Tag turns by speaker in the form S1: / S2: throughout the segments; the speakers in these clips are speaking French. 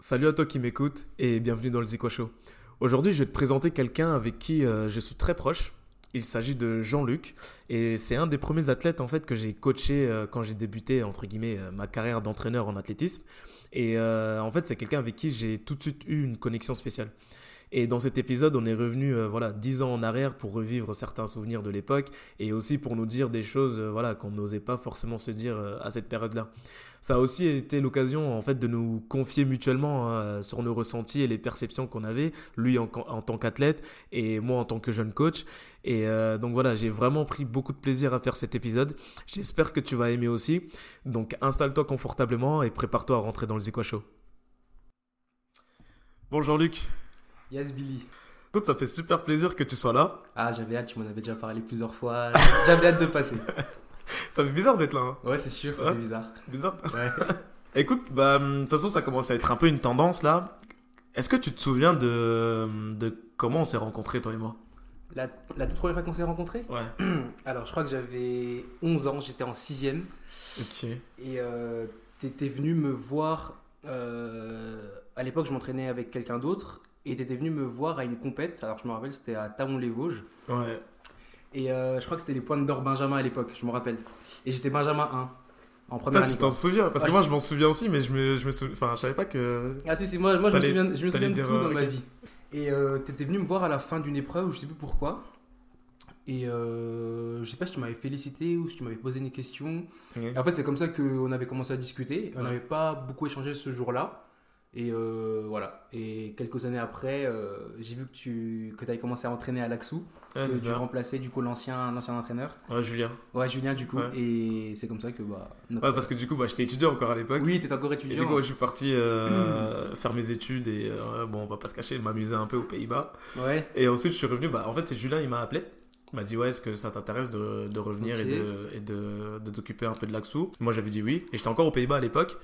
S1: Salut à toi qui m'écoute et bienvenue dans le Zico Show. Aujourd'hui, je vais te présenter quelqu'un avec qui euh, je suis très proche. Il s'agit de Jean-Luc et c'est un des premiers athlètes en fait que j'ai coaché euh, quand j'ai débuté entre guillemets euh, ma carrière d'entraîneur en athlétisme. Et euh, en fait, c'est quelqu'un avec qui j'ai tout de suite eu une connexion spéciale. Et dans cet épisode, on est revenu euh, voilà 10 ans en arrière pour revivre certains souvenirs de l'époque et aussi pour nous dire des choses euh, voilà qu'on n'osait pas forcément se dire euh, à cette période-là. Ça a aussi été l'occasion en fait de nous confier mutuellement hein, sur nos ressentis et les perceptions qu'on avait, lui en, en tant qu'athlète et moi en tant que jeune coach. Et euh, donc voilà, j'ai vraiment pris beaucoup de plaisir à faire cet épisode. J'espère que tu vas aimer aussi. Donc installe-toi confortablement et prépare-toi à rentrer dans le Zico Show. Bon Jean-Luc,
S2: Yes Billy.
S1: écoute, ça fait super plaisir que tu sois là.
S2: Ah j'avais hâte, tu m'en avais déjà parlé plusieurs fois. J'avais hâte de passer.
S1: Ça fait bizarre d'être là. hein.
S2: Ouais c'est sûr,
S1: Ouais.
S2: c'était bizarre.
S1: Bizarre.
S2: Ouais.
S1: Écoute, bah, hum, de toute façon, ça commence à être un peu une tendance là. Est-ce que tu te souviens de, hum, de comment on s'est rencontrés, toi et moi
S2: La, la toute première fois qu'on s'est rencontrés
S1: Ouais.
S2: Alors je crois que j'avais 11 ans, j'étais en 6ème
S1: Ok.
S2: et euh, t'étais venu me voir... euh, à l'époque je m'entraînais avec quelqu'un d'autre et t'étais venu me voir à une compète. Alors je me rappelle c'était à Taon-les-Vosges.
S1: Ouais.
S2: Et euh, je crois que c'était les pointes d'or Benjamin à l'époque, je me rappelle. Et j'étais Benjamin 1 en première
S1: Putain,
S2: année.
S1: tu t'en souviens Parce
S2: Ah,
S1: que
S2: je-
S1: moi, je m'en souviens aussi, mais je me, je me souviens. Enfin, je savais pas que.
S2: Ah si, si, moi, moi je me
S1: T'allais-
S2: souviens, je me
S1: t'allais
S2: souviens de
S1: dire,
S2: tout
S1: euh,
S2: dans ma
S1: ok.
S2: vie. Et euh, t'étais venu me voir à la fin d'une épreuve, je sais plus pourquoi. Et euh, je sais pas si tu m'avais félicité ou si tu m'avais posé une question. Et en fait, c'est comme ça qu'on avait commencé à discuter. On
S1: Ouais.
S2: n'avait pas beaucoup échangé ce jour-là. Et euh, voilà. Et quelques années après, euh, j'ai vu que tu que avais commencé à entraîner à l'Axou.
S1: Ouais,
S2: que
S1: c'est
S2: tu
S1: ça.
S2: remplaçais du coup l'ancien l'ancien entraîneur.
S1: Ouais, Julien.
S2: Ouais, Julien, du coup.
S1: Ouais.
S2: Et c'est comme ça que. Bah, notre-
S1: Ouais, parce que du coup, bah, j'étais étudiant encore à l'époque.
S2: Oui, t'étais encore
S1: Et
S2: étudiant.
S1: du coup, je suis parti euh, faire mes études et euh, bon, on va pas se cacher, m'amuser un peu aux Pays-Bas.
S2: hein. Ouais.
S1: Et ensuite, je suis revenu. Bah, en fait, c'est Julien, il m'a appelé. Il m'a dit, ouais, est-ce que ça t'intéresse de, de revenir
S2: Ok.
S1: et de et de, de t'occuper un peu de l'Axou Moi, j'avais dit oui. Et j'étais encore aux Pays-Bas à l'époque.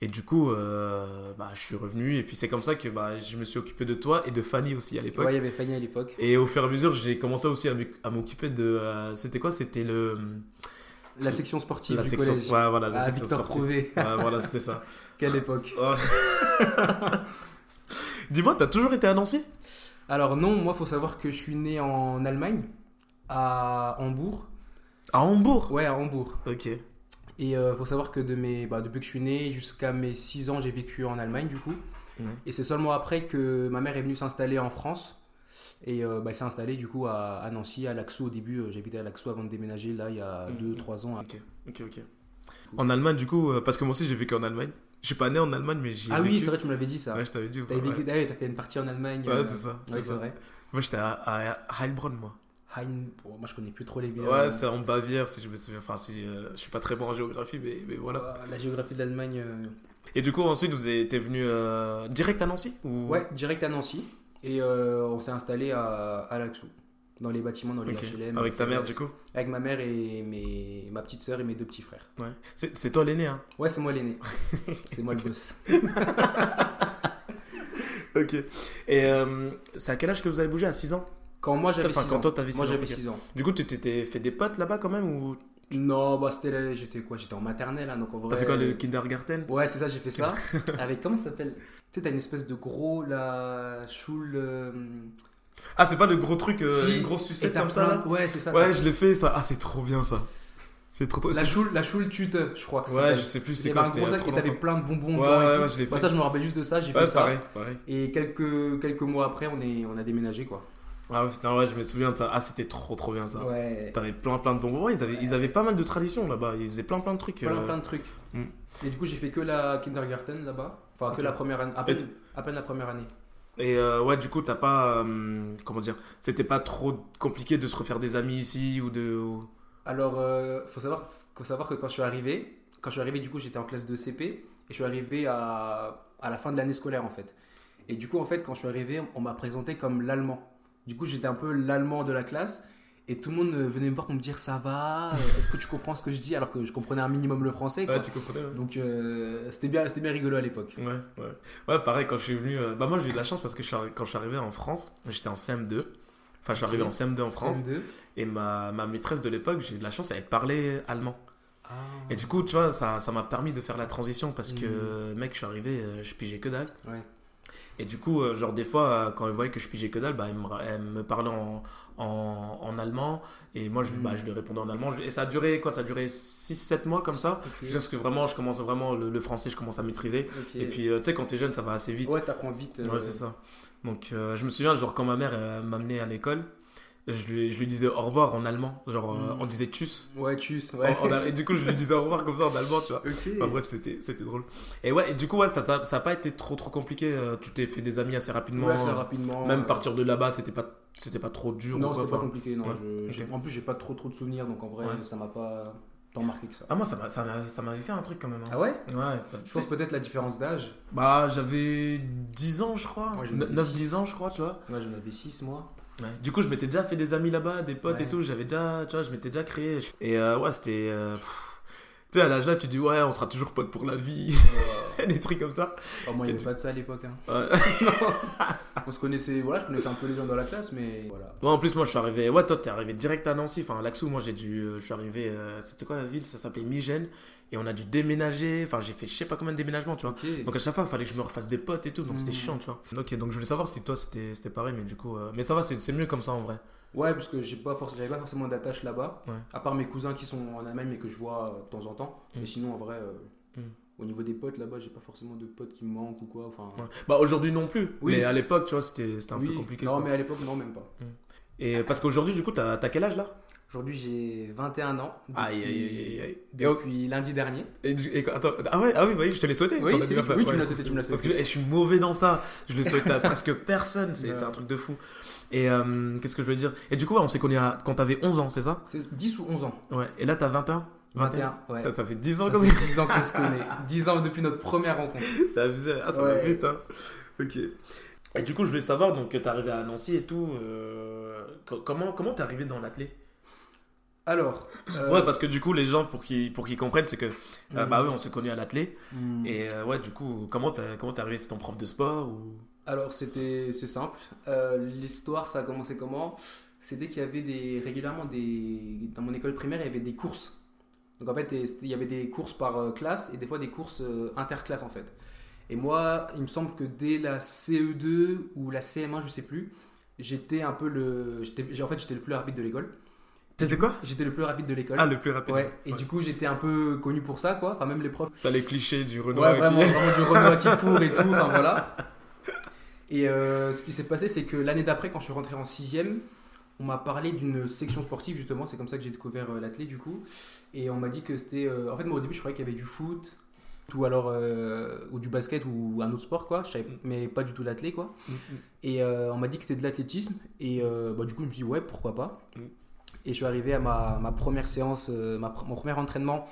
S1: Et du coup, euh, bah, je suis revenu. Et puis, c'est comme ça que bah, je me suis occupé de toi et de Fanny aussi à l'époque.
S2: Ouais, il y avait Fanny à l'époque.
S1: Et au fur et à mesure, j'ai commencé aussi à m'oc- à m'occuper de. euh, C'était quoi C'était le.
S2: La section sportive
S1: la
S2: du
S1: section.
S2: collège.
S1: ouais, voilà, la
S2: Ah,
S1: section
S2: Victor
S1: sportive.
S2: Prouvé.
S1: Ouais, voilà, c'était ça.
S2: Quelle époque.
S1: Dis-moi, t'as toujours été annoncé
S2: Alors non, moi, faut savoir que je suis né en Allemagne, à Hambourg.
S1: À Hambourg
S2: Ouais, à Hambourg.
S1: Ok.
S2: Et euh, faut savoir que de mes, bah, depuis que je suis né jusqu'à mes 6 ans, j'ai vécu en Allemagne, du coup.
S1: Ouais.
S2: Et c'est seulement après que ma mère est venue s'installer en France. Et euh, bah, elle s'est installée, du coup, à, à Nancy, à Laxou au début. Euh, J'habitais à Laxou avant de déménager, là, il y a
S1: Mhm.
S2: 2-3 ans.
S1: Ok, ok, ok. En Allemagne, du coup, euh, parce que moi aussi j'ai vécu en Allemagne. Je suis pas né en Allemagne, mais j'ai
S2: Ah
S1: vécu.
S2: oui, c'est vrai, tu me l'avais dit, ça.
S1: Ouais, je t'avais dit. ou pas,
S2: T'avais vécu,
S1: ouais.
S2: ah ouais, t'as fait une partie en Allemagne.
S1: Ouais,
S2: euh,
S1: c'est ça.
S2: ouais,
S1: c'est
S2: c'est
S1: ça.
S2: vrai.
S1: Moi j'étais à, à Heilbronn, moi.
S2: Hein, bon, moi, je connais plus trop les villes. euh,
S1: Ouais, c'est en Bavière, si je me souviens. Enfin, si, euh, je suis pas très bon en géographie, mais, mais voilà.
S2: La géographie de l'Allemagne. euh,
S1: Et du coup, ensuite, vous étiez venu euh, direct à Nancy ou...
S2: Ouais, direct à Nancy. Et euh, on s'est installé à, à Laxou, dans les bâtiments, dans les
S1: Ok.
S2: HLM.
S1: Avec ta mère, du coup.
S2: Avec ma mère et mes, ma petite sœur et mes deux petits frères.
S1: Ouais. C'est c'est toi l'aîné, hein
S2: Ouais, c'est moi l'aîné. c'est moi le boss.
S1: Ok. Et euh, c'est à quel âge que vous avez bougé À 6 ans
S2: Quand moi j'avais 6
S1: Enfin, quand
S2: ans.
S1: toi t'avais 6
S2: Moi
S1: ans.
S2: j'avais
S1: ok.
S2: 6 ans.
S1: Du coup, tu t'étais fait des potes là-bas quand même ou
S2: Non, bah c'était là, j'étais quoi J'étais en maternelle, hein, donc en vrai.
S1: t'as fait quoi le kindergarten
S2: Ouais, c'est ça, j'ai fait ça. Avec comment ça s'appelle Tu sais, t'as une espèce de gros, la choule. euh,
S1: Ah, c'est pas le gros truc, euh,
S2: si,
S1: une grosse
S2: et
S1: sucette
S2: t'as
S1: comme ça
S2: plein-
S1: là
S2: Ouais, c'est ça.
S1: Ouais, je l'ai fait ça. Ah, c'est trop bien ça. C'est trop trop.
S2: La
S1: c'est-
S2: choule, la choule tute, je crois. que ça
S1: Ouais,
S2: s'appelle.
S1: je sais plus
S2: Il
S1: c'est
S2: y avait
S1: quoi,
S2: un
S1: c'était
S2: gros
S1: il y a
S2: sac
S1: trop
S2: et t'avais
S1: longtemps.
S2: plein de bonbons
S1: Ouais,
S2: dedans et
S1: ouais,
S2: tout.
S1: ouais, je l'ai
S2: Bah,
S1: fait.
S2: ça, je me rappelle juste de ça, j'ai fait
S1: Ouais,
S2: ça.
S1: pareil, pareil.
S2: Et quelques, quelques mois après, on, est, on a déménagé, quoi.
S1: Ah ouais, putain, ouais, je me souviens de ça. Ah, c'était trop trop bien ça.
S2: Ouais.
S1: T'avais plein plein de bonbons. Ouais, ils avaient, ils avaient pas mal de traditions là-bas. Ils faisaient plein plein de trucs.
S2: Plein,
S1: euh,
S2: plein de trucs.
S1: hmm.
S2: Et du coup, j'ai fait que la kindergarten là-bas. Enfin,
S1: Ok.
S2: que la première année. À
S1: Et-
S2: peine, à peine la première année.
S1: Et euh, ouais, du coup, t'as pas. euh, comment dire C'était pas trop compliqué de se refaire des amis ici ou de. ou-
S2: Alors, euh, faut, savoir, faut savoir que quand je suis arrivé, quand je suis arrivé, du coup, j'étais en classe de CP. Et je suis arrivé à, à la fin de l'année scolaire, en fait. Et du coup, en fait, quand je suis arrivé, on m'a présenté comme l'allemand. Du coup, j'étais un peu l'allemand de la classe. Et tout le monde euh, venait me voir pour me dire ça va, euh, est-ce que tu comprends ce que je dis alors que je comprenais un minimum le français. quoi.
S1: Ouais, tu comprenais ouais.
S2: Donc euh, c'était bien, c'était bien rigolo à l'époque.
S1: Ouais, ouais. Ouais, pareil, quand je suis venu. euh, Bah, moi, j'ai eu de la chance parce que je suis arri- quand je suis arrivé en France, j'étais en CM2. Enfin, je suis arrivé en CM2 en France.
S2: CM2.
S1: Et ma, ma maîtresse de l'époque, j'ai eu de la chance, elle parlait allemand. Et du coup, tu vois, ça ça m'a permis de faire la transition parce que,
S2: Mm.
S1: mec, je suis arrivé, euh, je pigeais que dalle.
S2: Ouais.
S1: Et du coup, euh, genre, des fois, euh, quand elle voyait que je pigeais que dalle, bah, elle me, ra- elle me parlait en, en, en allemand. Et moi, je,
S2: Mm.
S1: bah, je lui répondais en allemand. Je- Et ça a duré, quoi, ça a duré 6-7 mois comme ça.
S2: Ok.
S1: Jusqu'à ce que vraiment, je commence vraiment, le, le français, je commence à maîtriser.
S2: Ok.
S1: Et puis, euh, tu sais, quand t'es jeune, ça va assez vite.
S2: ouais, t'apprends vite. euh,
S1: Ouais, c'est ça. Donc, euh, je me souviens, genre, quand ma mère euh, m'amenait à l'école, je lui, je lui disais au revoir en allemand. Genre, euh,
S2: Mm.
S1: on disait tchuss.
S2: Ouais, tchuss. Ouais.
S1: En- en allemand. et du coup, je lui disais au revoir comme ça en allemand, tu vois.
S2: ok.
S1: Enfin, bref, c'était c'était drôle. Et ouais, et du coup, ouais, ça t'a- ça a pas été trop trop compliqué. euh, Tu t'es fait des amis assez rapidement.
S2: Ouais, assez rapidement.
S1: Même
S2: euh,
S1: partir de là-bas, c'était pas c'était pas trop dur.
S2: Non,
S1: ou quoi,
S2: c'était pas
S1: enfin.
S2: compliqué. Non,
S1: ouais,
S2: je- j'ai-
S1: ok.
S2: En plus, j'ai pas trop trop de souvenirs, donc en vrai,
S1: Ouais.
S2: ça m'a pas tant marqué que ça.
S1: Ah moi, ça m'a- ça m'a- ça m'avait fait un truc quand même. hein.
S2: Ah ouais
S1: Ouais,
S2: Je pense
S1: c'est-
S2: peut-être la différence d'âge.
S1: bah j'avais 10 ans je crois,
S2: Moi, j'en avais
S1: 9-10
S2: six.
S1: ans je crois tu vois.
S2: Moi, j'en avais 6 mois.
S1: Du coup je m'étais déjà fait des amis là-bas, des potes et
S2: Ouais.
S1: tout, j'avais déjà, tu vois, je m'étais déjà créé. Je- Et euh, ouais c'était... euh, pff. Tu sais à l'âge là tu dis ouais on sera toujours potes pour la vie, des trucs comme ça.
S2: Oh, Euh, moi,
S1: Et Ah.
S2: il n'y avait
S1: tu-
S2: pas de ça à l'époque. hein.
S1: Ouais.
S2: On se connaissait, voilà, je connaissais un peu les gens dans la classe, mais voilà.
S1: Ouais, en plus, moi, je suis arrivé. Ouais, toi, t'es arrivé direct à Nancy. Enfin, à Laxou, moi, j'ai dû. euh, Je suis arrivé. euh, C'était quoi la ville Ça s'appelait Migène. Et on a dû déménager. Enfin, j'ai fait je sais pas combien de déménagements, tu vois.
S2: Ok.
S1: Donc, à chaque fois, il fallait que je me refasse des potes et tout. Donc, c'était
S2: Mhm.
S1: chiant, tu vois. Ok, donc je voulais savoir si toi, c'était c'était pareil. Mais du coup. euh, Mais ça va, c'est c'est mieux comme ça en vrai.
S2: Ouais, parce que j'ai pas forc- j'avais pas forcément d'attache là-bas,
S1: Ouais.
S2: à part mes cousins qui sont en Allemagne et que je vois euh, de temps en temps.
S1: Mm.
S2: Mais sinon, en vrai, euh,
S1: Mm.
S2: au niveau des potes là-bas, j'ai pas forcément de potes qui me manquent ou quoi. Enfin,
S1: Ouais. Bah, aujourd'hui non plus.
S2: Oui.
S1: Mais à l'époque, tu vois, c'était c'était un
S2: oui,
S1: peu compliqué.
S2: Non,
S1: quoi.
S2: mais à l'époque, non, même pas.
S1: Et parce qu'aujourd'hui, du coup, t'as t'as quel âge là
S2: Aujourd'hui, j'ai 21 ans. Depuis,
S1: Aïe, aïe, aïe, aïe, aïe. Et on-
S2: Depuis lundi dernier.
S1: Et, du- et- attends, ah ouais, ah oui, bah oui, je te l'ai souhaité.
S2: Oui,
S1: ton
S2: c'est-
S1: anniversaire,
S2: oui, tu me
S1: ouais.
S2: l'as souhaité, tu me l'as
S1: Parce que
S2: souhaité.
S1: eh, je suis mauvais dans ça. Je le souhaite à presque personne. C'est
S2: Non.
S1: c'est un truc de fou. Et euh, qu'est-ce que je veux dire Et du coup, ouais, on s'est connu à- quand t'avais 11 ans, c'est ça
S2: C'est 10 ou 11 ans.
S1: Ouais. Et là, t'as 21
S2: ouais.
S1: Putain, Ça fait 10 ans
S2: Ça
S1: qu'on
S2: fait 10 ans qu'on se connaît. 10 ans depuis notre première rencontre.
S1: s'est- Ça faisait. Ah, ça va
S2: Ouais.
S1: vite, hein. Ok. Et du coup, je voulais savoir, donc, que t'es arrivé à Nancy et tout. euh, co- comment comment t'es arrivé dans l'athlé
S2: Alors. euh,
S1: Ouais, parce que du coup, les gens, pour qu'ils pour qu'ils comprennent, c'est que. euh,
S2: mm,
S1: bah oui, on s'est connus à l'athlé.
S2: mm.
S1: Et euh, ouais, du coup, comment t'es comment t'es arrivé C'est ton prof de sport ou...
S2: Alors, c'était, c'est simple. Euh, L'histoire, ça a commencé comment C'est dès qu'il y avait des, régulièrement des, dans mon école primaire, il y avait des courses. Donc en fait, il y avait des courses par euh, classe et des fois des courses euh, interclasses en fait. Et moi, il me semble que dès la CE2 ou la CM1, je sais plus, j'étais un peu le, j'étais, j'ai- en fait, j'étais le plus rapide de l'école.
S1: T'étais quoi
S2: J'étais le plus rapide de l'école.
S1: Ah, le plus rapide.
S2: ouais. Et du coup, j'étais un peu connu pour ça, quoi. Enfin, même les profs.
S1: T'as les clichés du
S2: Ouais,
S1: Renoir. et
S2: vraiment, vraiment du Renoir qui court et tout, enfin voilà. Et euh, ce qui s'est passé, c'est que l'année d'après, quand je suis rentré en 6 on m'a parlé d'une section sportive justement, c'est comme ça que j'ai découvert euh, l'athlé du coup. Et on m'a dit que c'était. euh, En fait, moi au début, je croyais qu'il y avait du foot, ou alors. euh, ou du basket ou un autre sport quoi, je savais- mais pas du tout l'athlé quoi.
S1: Mm, mm.
S2: Et euh, on m'a dit que c'était de l'athlétisme. Et euh, bah, du coup, je me suis dit, ouais, pourquoi pas.
S1: Mm.
S2: Et je suis arrivé à ma, ma première séance, euh, ma pr- mon premier entraînement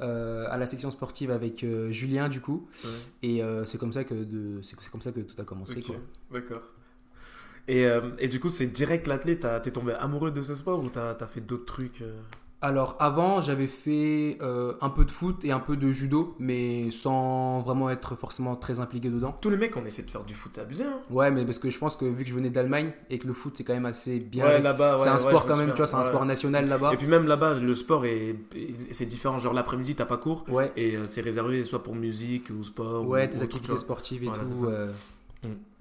S2: euh, à la section sportive avec euh, Julien, du coup.
S1: Ouais.
S2: Et euh, c'est comme, ça que de- c'est c'est comme ça que tout a commencé.
S1: mm. Ok,
S2: quoi.
S1: D'accord. Et, euh, et du coup, c'est direct l'athlète, t'as- t'es tombé amoureux de ce sport ou t'as t'as fait d'autres trucs euh
S2: Alors, avant, j'avais fait euh, un peu de foot et un peu de judo, mais sans vraiment être forcément très impliqué dedans.
S1: Tous les mecs, on essaie de faire du foot, c'est abusé. Hein
S2: Ouais, mais parce que je pense que vu que je venais d'Allemagne et que le foot, c'est quand même assez bien.
S1: là-bas.
S2: c'est
S1: ouais,
S2: un
S1: ouais, je
S2: sport
S1: me
S2: quand même,
S1: souviens.
S2: tu vois, c'est un
S1: Ouais.
S2: sport national là-bas.
S1: Et puis même là-bas, le sport est est- c'est différent. Genre l'après-midi, t'as pas cours
S2: Ouais.
S1: et euh, c'est réservé soit pour musique ou sport.
S2: Ouais,
S1: ou, ou
S2: tes
S1: euh, autre, tu
S2: activités
S1: vois.
S2: sportives et
S1: Voilà, c'est
S2: tout.
S1: ça.
S2: euh,
S1: Mm.
S2: et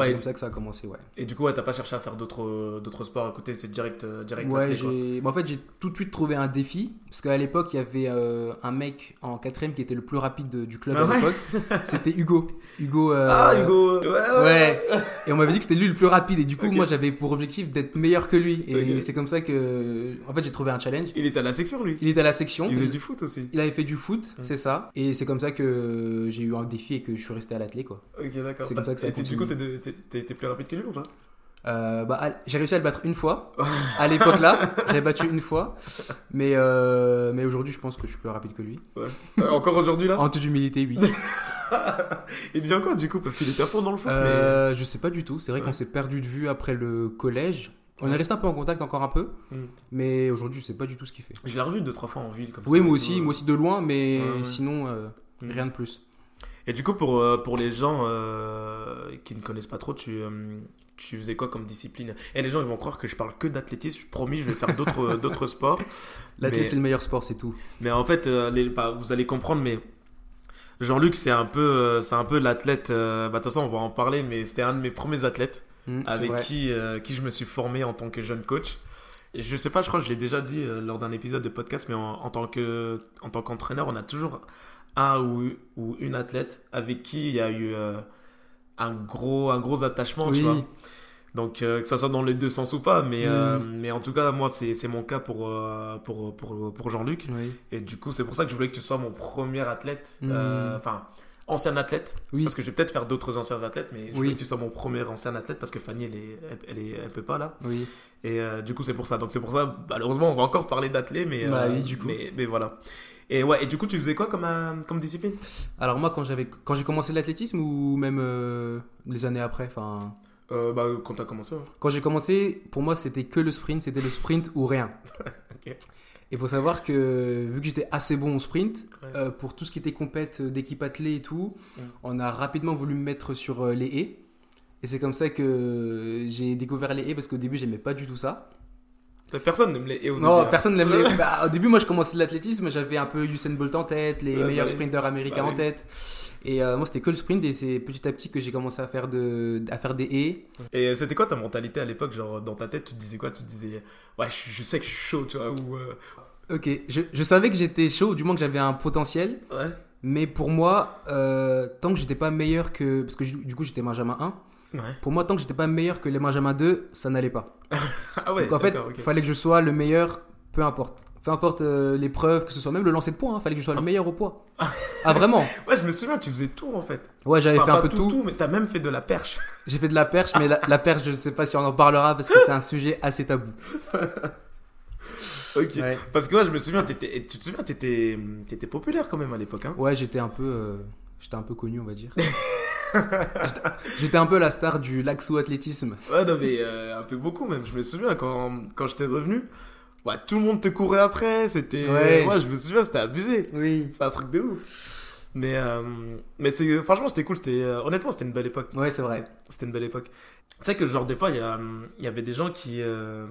S1: Ouais.
S2: C'est comme ça que ça a commencé, ouais.
S1: Et du coup, ouais, t'as pas cherché à faire d'autres euh, d'autres sports à côté, c'est direct euh, direct
S2: Ouais,
S1: l'athlète, quoi.
S2: j'ai... bon, en fait, j'ai tout de suite trouvé un défi. Parce qu'à l'époque, il y avait euh, un mec en quatrième qui était le plus rapide de- du club
S1: Ah ouais
S2: à l'époque. C'était Hugo. Hugo. euh,
S1: Ah Hugo. Ouais.
S2: Ouais. Et on m'avait dit que c'était lui le plus rapide. Et du coup,
S1: Ok.
S2: moi, j'avais pour objectif d'être meilleur que lui. Et
S1: Ok.
S2: c'est comme ça que. En fait, j'ai trouvé un challenge.
S1: Il était à la section lui.
S2: Il était à la section.
S1: Il faisait du foot aussi.
S2: Il avait fait du foot,
S1: Mm.
S2: c'est ça. Et c'est comme ça que euh, j'ai eu un défi et que je suis resté à l'athlé, quoi.
S1: Ok, d'accord. Bah,
S2: C'est comme ça que ça
S1: Et t'es- Du
S2: continue.
S1: coup, t'es de- t'es t'es- t'es plus rapide que lui ou pas
S2: Euh, bah, à- j'ai réussi à le battre une fois. à l'époque là, j'ai battu une fois. Mais, euh, mais aujourd'hui, je pense que je suis plus rapide que lui.
S1: Euh, Encore aujourd'hui là
S2: En toute humilité, oui.
S1: Il devient quoi du coup Parce qu'il était à fond dans le foot. mais-
S2: Euh, Je sais pas du tout. C'est vrai qu'on s'est perdu de vue après le collège. On est resté un peu en contact encore un peu.
S1: Mm.
S2: Mais aujourd'hui, je sais pas du tout ce qu'il fait.
S1: Je l'ai revu deux trois fois en ville comme ça.
S2: Oui,
S1: et
S2: moi
S1: tout,
S2: aussi,
S1: euh.
S2: moi aussi de loin, mais
S1: Ouais, ouais.
S2: sinon, euh,
S1: Mm.
S2: rien de plus.
S1: Et du coup, pour, euh, pour les gens euh, qui ne connaissent pas trop, tu, euh, tu faisais quoi comme discipline Et les gens, ils vont croire que je parle que d'athlétisme. Je promis, je vais faire d'autres d'autres sports.
S2: L'athlète,
S1: Mais-
S2: c'est le meilleur sport, c'est tout.
S1: Mais en fait, euh, les- bah, vous allez comprendre, mais Jean-Luc, c'est un peu, euh, c'est un peu l'athlète. euh, bah, de toute façon, on va en parler, mais c'était un de mes premiers athlètes
S2: Mm, c'est
S1: avec
S2: vrai.
S1: qui, euh, qui je me suis formé en tant que jeune coach. Et je sais pas, je crois que je l'ai déjà dit euh, lors d'un épisode de podcast, mais en, en tant que, en tant qu'entraîneur, on a toujours un ou, ou une athlète avec qui il y a eu euh, un gros, un gros attachement, tu
S2: Oui.
S1: vois. Donc euh, que ça soit dans les deux sens ou pas, mais,
S2: Mm.
S1: euh, mais en tout cas, moi, c'est c'est mon cas pour, euh, pour, pour, pour Jean-Luc.
S2: Oui,
S1: Et du coup, c'est pour ça que je voulais que tu sois mon premier athlète,
S2: Mm.
S1: euh, enfin, ancien athlète,
S2: oui.
S1: parce que je vais peut-être faire d'autres anciens athlètes, mais je
S2: Oui.
S1: voulais que tu sois mon premier ancien athlète parce que Fanny, elle, est, elle, elle est- elle peut pas là.
S2: oui.
S1: Et euh, du coup, c'est pour ça. Donc, c'est pour ça, malheureusement, on va encore parler d'athlète, mais, euh,
S2: Bah oui, du coup.
S1: mais, mais voilà. Et ouais, et du coup, tu faisais quoi comme, euh, comme discipline
S2: Alors moi, quand j'avais, quand j'ai commencé l'athlétisme ou même euh, les années après, enfin,
S1: euh, Bah, quand t'as commencé. hein.
S2: quand j'ai commencé, pour moi, c'était que le sprint, c'était le sprint ou rien.
S1: Ok.
S2: Il faut savoir que vu que j'étais assez bon au sprint,
S1: Ouais.
S2: euh, pour tout ce qui était compète euh, d'équipe athlée et tout,
S1: Ouais.
S2: on a rapidement voulu me mettre sur euh, les haies. Et c'est comme ça que euh, j'ai découvert les haies parce qu'au début, j'aimais pas du tout ça.
S1: Euh, Personne ne me l'a. et au
S2: Non,
S1: début, hein.
S2: personne n'aime les... Bah, au début, moi, je commençais l'athlétisme, j'avais un peu Usain Bolt en tête, les
S1: Ouais, bah
S2: meilleurs
S1: oui.
S2: sprinters américains
S1: Bah
S2: en
S1: oui.
S2: tête. Et euh, moi, c'était que le sprint, et c'est petit à petit que j'ai commencé à faire, de... à faire des haies.
S1: Et euh, c'était quoi ta mentalité à l'époque Genre, dans ta tête, tu te disais quoi Tu te disais, ouais, je, je sais que je suis chaud, tu vois, ou. euh,
S2: Ok, je, je savais que j'étais chaud, ou du moins que j'avais un potentiel,
S1: Ouais.
S2: mais pour moi, euh, tant que j'étais pas meilleur que. Parce que du coup, j'étais Benjamin 1.
S1: Ouais.
S2: Pour moi, tant que j'étais pas meilleur que les Benjamin 2, ça n'allait pas.
S1: Ah ouais,
S2: Donc en fait, il
S1: d'accord, ok.
S2: fallait que je sois le meilleur, peu importe. Peu importe euh, l'épreuve, que ce soit même le lancer de poids, hein, fallait que je sois le meilleur au poids. ah vraiment
S1: Ouais, je me souviens, tu faisais tout en fait.
S2: Ouais, j'avais
S1: Enfin,
S2: fait un
S1: pas
S2: peu
S1: tout, mais t'as même fait de la perche.
S2: J'ai fait de la perche, mais la, la perche, je ne sais pas si on en parlera parce que c'est un sujet assez tabou.
S1: ok.
S2: Ouais,
S1: Parce que ouais, je me souviens, t'étais- et tu te souviens, t'étais, t'étais populaire quand même à l'époque. Hein
S2: Ouais, j'étais un peu, euh, j'étais un peu connu, on va dire. J'étais- j'étais un peu la star du laxo athlétisme.
S1: ouais, non, mais euh, un peu beaucoup même. Je me souviens quand, quand j'étais revenu, ouais, tout le monde te courait après. C'était.
S2: Ouais.
S1: je me souviens, c'était abusé.
S2: Oui.
S1: C'est un truc de ouf. Mais, euh, mais c'est, franchement, c'était cool. C'était, euh, honnêtement, c'était une belle époque.
S2: Ouais, c'est vrai.
S1: C'était une belle époque. Tu sais que genre des fois il y, a, hum, il y avait des gens qui euh,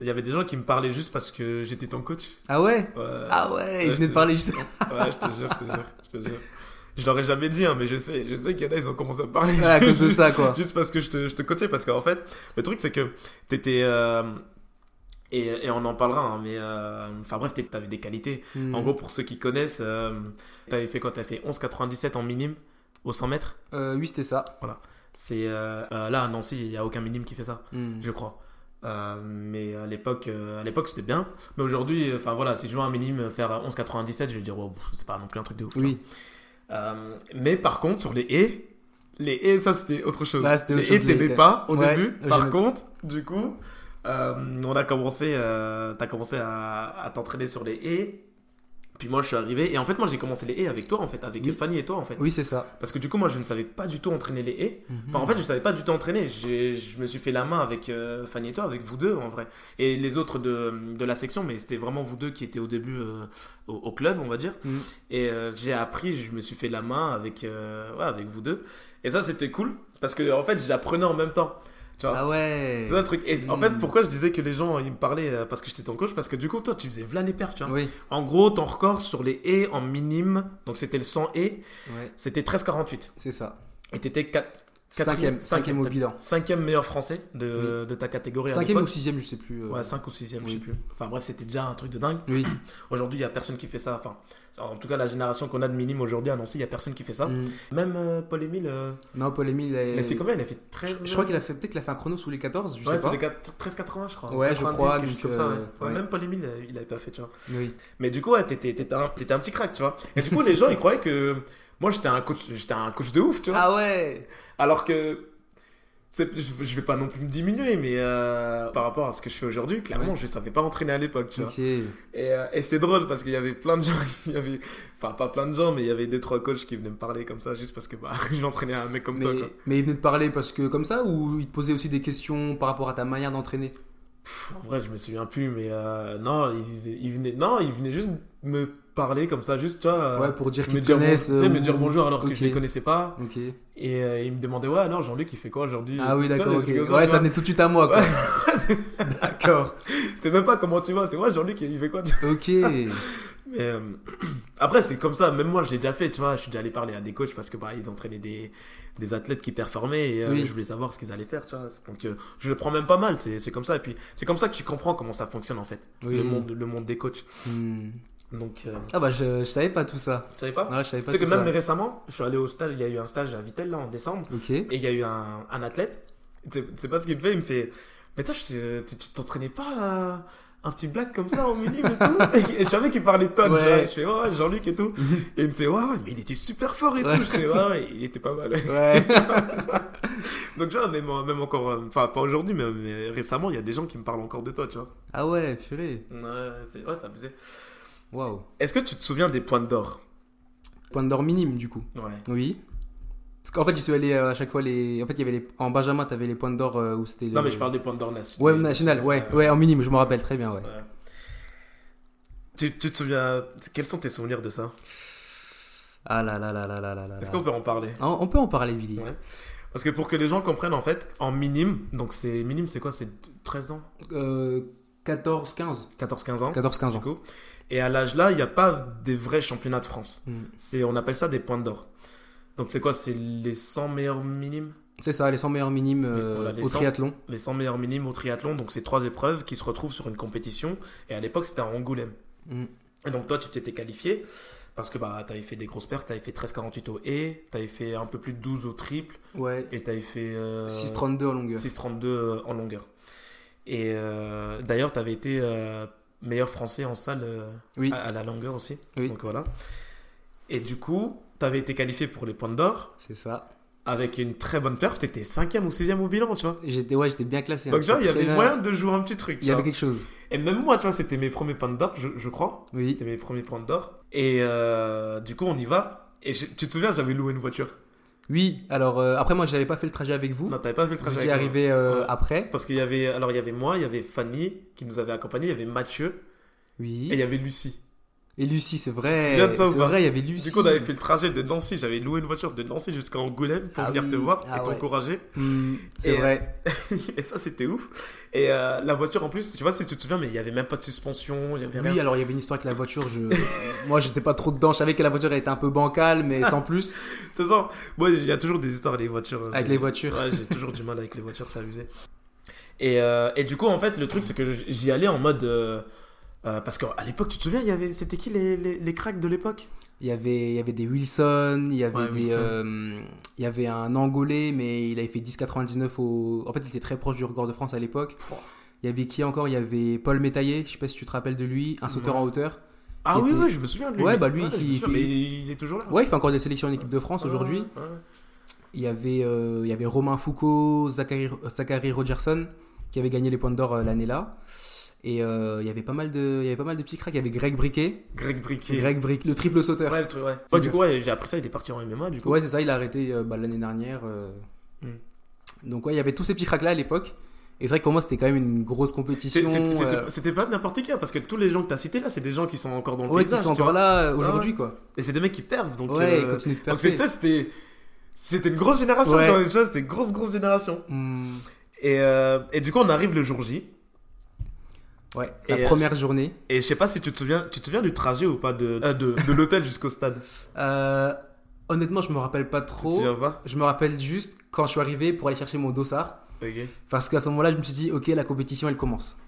S1: il y avait des gens qui me parlaient juste parce que j'étais ton coach.
S2: Ah ouais.
S1: Ouais.
S2: Ah ouais. Il
S1: Ouais,
S2: venait de
S1: je-
S2: parler juste.
S1: Ouais, je te jure, je te jure, je te jure. Je l'aurais jamais dit, hein, mais je sais, je sais qu'il y en a, ils ont commencé à me parler.
S2: Ouais, à cause de ça, quoi.
S1: Juste parce que je te, je te coachais, parce qu'en fait, le truc, c'est que t'étais. euh, et, et on en parlera, hein, mais. euh, Enfin bref, t'es- t'avais des qualités.
S2: Hmm.
S1: En gros, pour ceux qui connaissent, euh, t'avais fait quoi T'as fait 11,97 en minime au 100 mètres.
S2: Euh, oui, c'était ça.
S1: C'est. euh, euh, là, à Nancy, il n'y a aucun minime qui fait ça
S2: Hmm.
S1: je crois. Euh, mais à l'époque, euh, à l'époque c'était bien. Mais aujourd'hui, euh, enfin voilà, si je vois un minime faire 11,97, je vais dire, wow, pff, c'est pas non plus un truc de ouf. tu
S2: Oui.
S1: vois. Euh, mais par contre, sur les haies, les haies, ça c'était autre chose.
S2: Ouais, c'était autre
S1: les
S2: chose,
S1: haies,
S2: les
S1: t'aimais
S2: haies.
S1: pas au
S2: Ouais,
S1: début.
S2: j'aimais
S1: Par
S2: pas.
S1: contre, du coup, euh, on a commencé, euh, t'as commencé à, à t'entraîner sur les haies. Puis moi, je suis arrivé. Et en fait, moi, j'ai commencé les haies avec toi, en fait, avec
S2: Oui.
S1: Fanny et toi, en fait.
S2: Oui, c'est ça.
S1: Parce que du coup, moi, je ne savais pas du tout entraîner les haies.
S2: Mhm.
S1: Enfin, en fait, je savais pas du tout entraîner. J'ai- Je me suis fait la main avec euh, Fanny et toi, avec vous deux en vrai. Et les autres de, de la section, mais c'était vraiment vous deux qui étiez au début euh, au, au club, on va dire.
S2: Mm.
S1: Et euh, j'ai appris, je me suis fait la main avec, euh, ouais, avec vous deux. Et ça, c'était cool parce que en fait, j'apprenais en même temps. Tu vois
S2: Ah ouais.
S1: C'est ça le truc. Et en
S2: Mm.
S1: fait, pourquoi je disais que les gens ils me parlaient euh, parce que j'étais ton coach Parce que du coup, toi, tu faisais v'là les perfs, tu vois.
S2: Oui.
S1: En gros, ton record sur les haies en minime, donc c'était le 100 haies,
S2: Ouais.
S1: c'était 13,48.
S2: C'est ça.
S1: Et t'étais 4.
S2: Cinquième. Cinquième au bilan.
S1: Cinquième meilleur français de, de ta catégorie à
S2: Cinquième ou
S1: l'époque.
S2: sixième, je sais plus. euh.
S1: Ouais, 5 ou 6 je
S2: Oui.
S1: sais plus. Enfin bref, c'était déjà un truc de dingue.
S2: Oui.
S1: Aujourd'hui, il n'y a personne qui fait ça. Enfin, en tout cas, la génération qu'on a de minime aujourd'hui annoncée, il n'y a personne qui fait ça.
S2: Hmm.
S1: Même euh, Paul-Émile, euh,
S2: Non, Paul Émile.
S1: il a fait combien Il a fait
S2: Je,
S1: 13
S2: Euh, je crois qu'il a fait peut-être qu'il a fait un chrono sous les 14, je
S1: ouais,
S2: sais
S1: sur
S2: pas.
S1: les 4 13,80, je crois.
S2: Ouais, je
S1: 90,
S2: crois,
S1: quelque chose
S2: donc,
S1: comme ça. ouais.
S2: euh,
S1: Ouais,
S2: ouais.
S1: Même Paul-Émile, euh, il n'avait pas fait, tu vois.
S2: Oui.
S1: Mais du coup, ouais, t'étais t'étais un, t'étais un petit crack, tu vois. Et du coup, les gens, ils croyaient que moi, j'étais un, coach- j'étais un coach de ouf, tu vois.
S2: Ah ouais.
S1: Alors que c'est- je je vais pas non plus me diminuer, mais euh, par rapport à ce que je fais aujourd'hui, clairement,
S2: Ouais.
S1: je savais pas entraîner à l'époque, tu vois.
S2: Ok.
S1: Et, euh, et c'était drôle parce qu'il y avait plein de gens, il y avait, enfin pas plein de gens, mais il y avait deux trois coachs qui venaient me parler comme ça juste parce que bah, j'entraînais un mec comme
S2: Mais,
S1: toi. Quoi.
S2: mais il venait de parler parce que comme ça ou il te posait aussi des questions par rapport à ta manière d'entraîner
S1: Pff, en vrai, je me souviens plus, mais euh, non, ils, ils venaient, non, ils venaient juste me parler comme ça, juste, tu vois. euh,
S2: Ouais, pour dire
S1: me
S2: qu'ils te
S1: dire, bon-
S2: connaissent.
S1: tu sais,
S2: euh,
S1: me dire bonjour alors que
S2: ok.
S1: je les connaissais pas.
S2: Ok.
S1: Et euh, il me demandait, ouais, alors Jean-Luc, il fait quoi aujourd'hui
S2: Ah
S1: Et
S2: oui,
S1: tout, tu vois,
S2: d'accord.
S1: des
S2: ok.
S1: trucs hein. comme ça,
S2: Ouais,
S1: tu
S2: ça
S1: vois.
S2: venait tout de suite à moi, quoi.
S1: D'accord. C'était même pas comment tu vas, c'est ouais, Jean-Luc, il fait quoi tu vois.
S2: Ok.
S1: Mais euh, après, c'est comme ça, même moi, je l'ai déjà fait, tu vois. Je suis déjà allé parler à des coachs parce que bah, ils entraînaient des, des athlètes qui performaient et euh,
S2: Oui.
S1: je voulais savoir ce qu'ils allaient faire, tu vois. Donc, euh, je le prends même pas mal, c'est c'est comme ça. Et puis, c'est comme ça que tu comprends comment ça fonctionne en fait,
S2: Oui.
S1: le, monde, le monde des coachs.
S2: Hmm.
S1: Donc, euh,
S2: Ah bah, je, je savais pas tout ça.
S1: tu savais pas
S2: Ouais, je savais pas
S1: Tu sais que
S2: tout ça.
S1: même récemment, je suis allé au stage, il y a eu un stage à Vitel là en décembre,
S2: Ok.
S1: et il y a eu un, un athlète. Tu sais- tu sais pas ce qu'il me fait, il me fait Mais toi, je- tu tu t'entraînais pas à un petit black comme ça en minime et tout Et je savais qu'il parlait de toi, tu
S2: Ouais.
S1: vois. Je fais Ouais, ouais, Jean-Luc et tout. Et il me fait Ouais, ouais, mais il était super fort et
S2: Ouais.
S1: tout. Je fais Ouais, ouais, il était pas mal.
S2: Ouais.
S1: Donc, tu vois, même, même encore, euh, enfin, pas aujourd'hui, mais, mais récemment, il y a des gens qui me parlent encore de toi, tu vois.
S2: ah ouais, purée.
S1: Ouais, c'est- ouais, ça me faisait.
S2: Waouh.
S1: Est-ce que tu te souviens des pointes d'or
S2: Point d'or minime, du coup.
S1: Ouais.
S2: Oui. Parce qu'en fait, j'y suis allé euh, à chaque fois. Les... En fait, il y avait les... en Benjamin, t'avais les points d'or euh, où c'était.
S1: Non,
S2: le-
S1: mais je parle des pointes d'or Euh, nationales.
S2: Ouais, national, ouais, ouais, en minime, je me rappelle très bien, ouais.
S1: Ouais. Tu, tu te souviens, quels sont tes souvenirs de ça
S2: Ah là là là là là là là.
S1: Est-ce
S2: là.
S1: qu'on peut en parler
S2: On, on peut en parler, Billy.
S1: Ouais. Parce que pour que les gens comprennent, en fait, en minime, donc c'est minime, c'est quoi C'est 13 ans
S2: Euh, 14, 15.
S1: 14-15 ans
S2: 14, 15
S1: du
S2: ans.
S1: coup. Et à l'âge-là, il n'y a pas des vrais championnats de France.
S2: Mm.
S1: C'est, on appelle ça des pointes d'or. Donc c'est quoi C'est les 100 meilleurs minimes
S2: C'est ça, les 100 meilleurs minimes euh,
S1: Voilà, les
S2: au
S1: 100.
S2: triathlon.
S1: Les 100 meilleurs minimes au triathlon, donc c'est trois épreuves qui se retrouvent sur une compétition. Et à l'époque, c'était à Angoulême.
S2: Mm.
S1: Et donc toi, tu t'étais qualifié parce que bah, tu avais fait des grosses pertes, tu avais fait 13,48 au et, tu avais fait un peu plus de 12 au triple
S2: Ouais.
S1: et tu avais fait euh,
S2: 6,32 en longueur.
S1: 6,32 euh, en longueur. Et euh, d'ailleurs, tu avais été euh, meilleur français en salle euh,
S2: Oui,
S1: à, à la longueur aussi.
S2: Oui.
S1: Donc voilà. Et du coup, tu avais été qualifié pour les points d'or
S2: c'est ça.
S1: avec une très bonne perf, tu étais 5e ou 6e au bilan, tu vois.
S2: J'étais ouais, j'étais bien classé. hein.
S1: Donc, genre, il y
S2: J'étais
S1: avait
S2: très bien-
S1: moyen de jouer un petit truc.
S2: Il
S1: tu
S2: y avait
S1: vois.
S2: quelque chose.
S1: Et même moi, tu vois, c'était mes premiers points d'or, je- je crois.
S2: Oui.
S1: C'était mes premiers points d'or. Et euh, du coup, on y va. Et je- tu te souviens, j'avais loué une voiture.
S2: Oui, alors euh, après, moi, j'avais pas fait le trajet avec vous.
S1: Non, t'avais pas fait le trajet.
S2: J'y
S1: avec moi.
S2: arrivé euh,
S1: Ouais.
S2: après.
S1: Parce qu'il y avait, alors il y avait moi, il y avait Fanny qui nous avait accompagnés, il y avait Mathieu
S2: Oui.
S1: et il y avait Lucie.
S2: Et Lucie, c'est vrai.
S1: Tu te souviens de ça ou
S2: C'est
S1: pas
S2: vrai, il y avait Lucie.
S1: Du coup, on avait fait le trajet de Nancy. J'avais loué une voiture de Nancy jusqu'à Angoulême pour
S2: Ah
S1: venir
S2: oui.
S1: te voir
S2: Ah
S1: et
S2: ouais.
S1: t'encourager.
S2: Hmm, c'est
S1: Et,
S2: vrai.
S1: et ça, c'était ouf. Et euh, la voiture en plus, tu vois, si tu te souviens, mais il y avait même pas de suspension, il y avait rien.
S2: Oui, alors il y avait une histoire avec la voiture. Je... Moi, j'étais pas trop dedans. Je savais que la voiture elle était un peu bancale, mais sans plus.
S1: De toute façon, moi, il y a toujours des histoires avec les voitures. hein.
S2: Avec
S1: J'ai-
S2: les voitures.
S1: Ouais, j'ai toujours du mal avec les voitures, c'est abusé. Et, euh, et du coup, en fait, le truc, c'est que j'y allais en mode. euh, euh, parce qu'à l'époque, tu te souviens, il y avait, c'était qui les, les, les cracks de l'époque
S2: Il y avait, il y avait des Wilson, il y avait
S1: Ouais,
S2: des,
S1: Wilson.
S2: euh, il y avait un Angolais, mais il avait fait 10,99 au. En fait, il était très proche du record de France à l'époque. Il y avait qui encore Il y avait Paul Métaillé. Je sais pas si tu te rappelles de lui, un sauteur
S1: Ouais.
S2: en hauteur.
S1: Ah
S2: Qui
S1: oui,
S2: était-
S1: oui, je me souviens de lui.
S2: Ouais, bah, lui,
S1: je me
S2: il
S1: souviens,
S2: fait-
S1: mais il est toujours là.
S2: Ouais, il fait encore des sélections en équipe de France aujourd'hui.
S1: Ouais, ouais.
S2: Il y avait, euh, il y avait Romain Foucault, Zachary, Zachary Rogerson, qui avait gagné les points d'or euh, l'année là. Et euh, il y avait pas mal de, il y avait pas mal de petits cracks. Il y avait Greg Briquet,
S1: Greg Briquet.
S2: Greg Briquet, le triple sauteur. Ouais,
S1: Ouais, le truc, ouais.
S2: C'est
S1: Ouais, du
S2: dur.
S1: coup, ouais, j'ai appris ça, il est parti en MMA, du coup.
S2: c'est ça. Il a arrêté euh, bah, l'année dernière. euh.
S1: Hmm.
S2: Donc ouais, il y avait tous ces petits cracks là à l'époque. Et c'est vrai que pour moi, c'était quand même une grosse compétition.
S1: C'est- c'est- C'était
S2: euh,
S1: c'était pas n'importe qui, hein, parce que tous les gens que t'as cités là, c'est des gens qui sont encore dans le
S2: Ouais, qui
S1: paysage.
S2: sont
S1: tu
S2: encore
S1: vois.
S2: là euh, aujourd'hui, quoi.
S1: Et c'est des mecs qui pervent, donc.
S2: ouais,
S1: euh,
S2: ils continuent de
S1: donc
S2: percer.
S1: c'est- tu sais, c'était. C'était une grosse génération,
S2: Ouais.
S1: quand même, tu vois, c'était une grosse, grosse génération.
S2: Hmm.
S1: Et, euh, et du coup, on arrive le jour J.
S2: Ouais,
S1: Et,
S2: la
S1: euh,
S2: première journée.
S1: Et je sais pas si tu te souviens, tu te souviens du trajet ou pas de, euh, de, de l'hôtel jusqu'au stade.
S2: Euh, honnêtement, je me rappelle pas
S1: Tu te
S2: trop.
S1: souviens pas
S2: Je me rappelle juste quand je suis arrivé pour aller chercher mon dossard.
S1: Ok.
S2: Parce qu'à ce moment-là, je me suis dit, ok, la compétition, elle commence.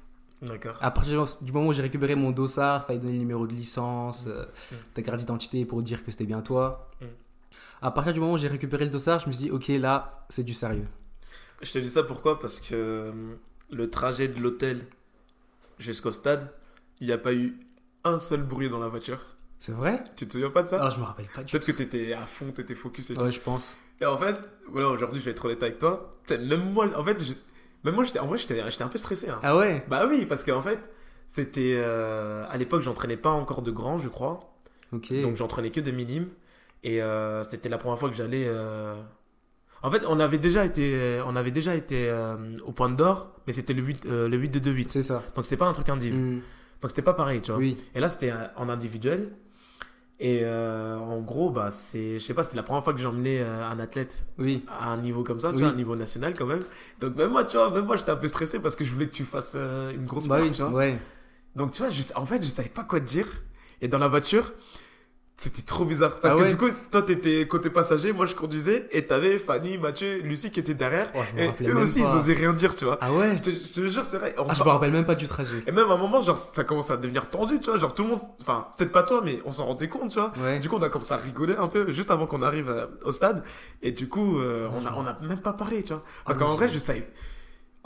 S1: D'accord.
S2: À partir du moment où j'ai récupéré mon dossard, fallait donner le numéro de licence, euh,
S1: Mm.
S2: ta carte d'identité pour dire que c'était bien toi.
S1: Mm.
S2: À partir du moment où j'ai récupéré le dossard, je me suis dit, ok, là, c'est du sérieux.
S1: Je te dis ça pourquoi Parce que euh, le trajet de l'hôtel jusqu'au stade, il n'y a pas eu un seul bruit dans la voiture.
S2: C'est vrai
S1: Tu te souviens pas de ça
S2: Alors, je me rappelle pas du
S1: Peut-être que t'étais à fond, t'étais focus et
S2: tout. Ah. Ouais, je pense.
S1: tout. Et en fait, voilà, aujourd'hui, je vais être honnête avec toi. T'sais, Même moi, en fait, je- même moi, j'étais, en vrai, j'étais, j'étais un peu stressé. hein.
S2: Ah ouais
S1: Bah oui, parce qu'en fait, c'était euh, à l'époque, j'entraînais pas encore de grand, je crois.
S2: Ok.
S1: Donc j'entraînais que des minimes. Et euh, c'était la première fois que j'allais. euh, En fait, on avait déjà été, on avait déjà été euh, au point d'or, mais c'était le 8, euh, le 8 de 2-8.
S2: c'est ça.
S1: Donc c'était pas un truc indiv.
S2: Mm.
S1: Donc c'était pas pareil, tu vois.
S2: Oui.
S1: Et là, c'était euh, en individuel. Et euh, en gros, bah, c'est, je sais pas, c'était la première fois que j'emmenais euh, un athlète
S2: Oui.
S1: à un niveau comme ça, tu
S2: Oui.
S1: vois, un niveau national quand même. Donc même moi, tu vois, même moi, j'étais un peu stressé parce que je voulais que tu fasses euh, une grosse
S2: Bah
S1: marche,
S2: oui,
S1: tu vois.
S2: ouais.
S1: Donc tu vois, je- en fait, je savais pas quoi te dire. Et dans la voiture, c'était trop bizarre. Parce
S2: Ah
S1: que
S2: ouais
S1: du coup, toi, t'étais côté passager, moi, je conduisais, et t'avais Fanny, Mathieu, Lucie qui étaient derrière.
S2: Oh, je me
S1: Et
S2: rappelais
S1: eux
S2: même
S1: aussi,
S2: pas.
S1: ils osaient rien dire, tu vois.
S2: Ah ouais
S1: Je te, je te jure, c'est vrai. On
S2: Ah, je
S1: par-
S2: me rappelle même pas du trajet.
S1: Et même à un moment, genre, ça commence à devenir tendu, tu vois. Genre, tout le monde, enfin, peut-être pas toi, mais on s'en rendait compte, tu vois.
S2: Ouais.
S1: Du coup, on a commencé à rigoler un peu juste avant qu'on arrive euh, au stade. Et du coup, euh, on, a, on a même pas parlé, tu vois. Parce
S2: Ah,
S1: qu'en
S2: non,
S1: vrai,
S2: j'ai-
S1: je savais.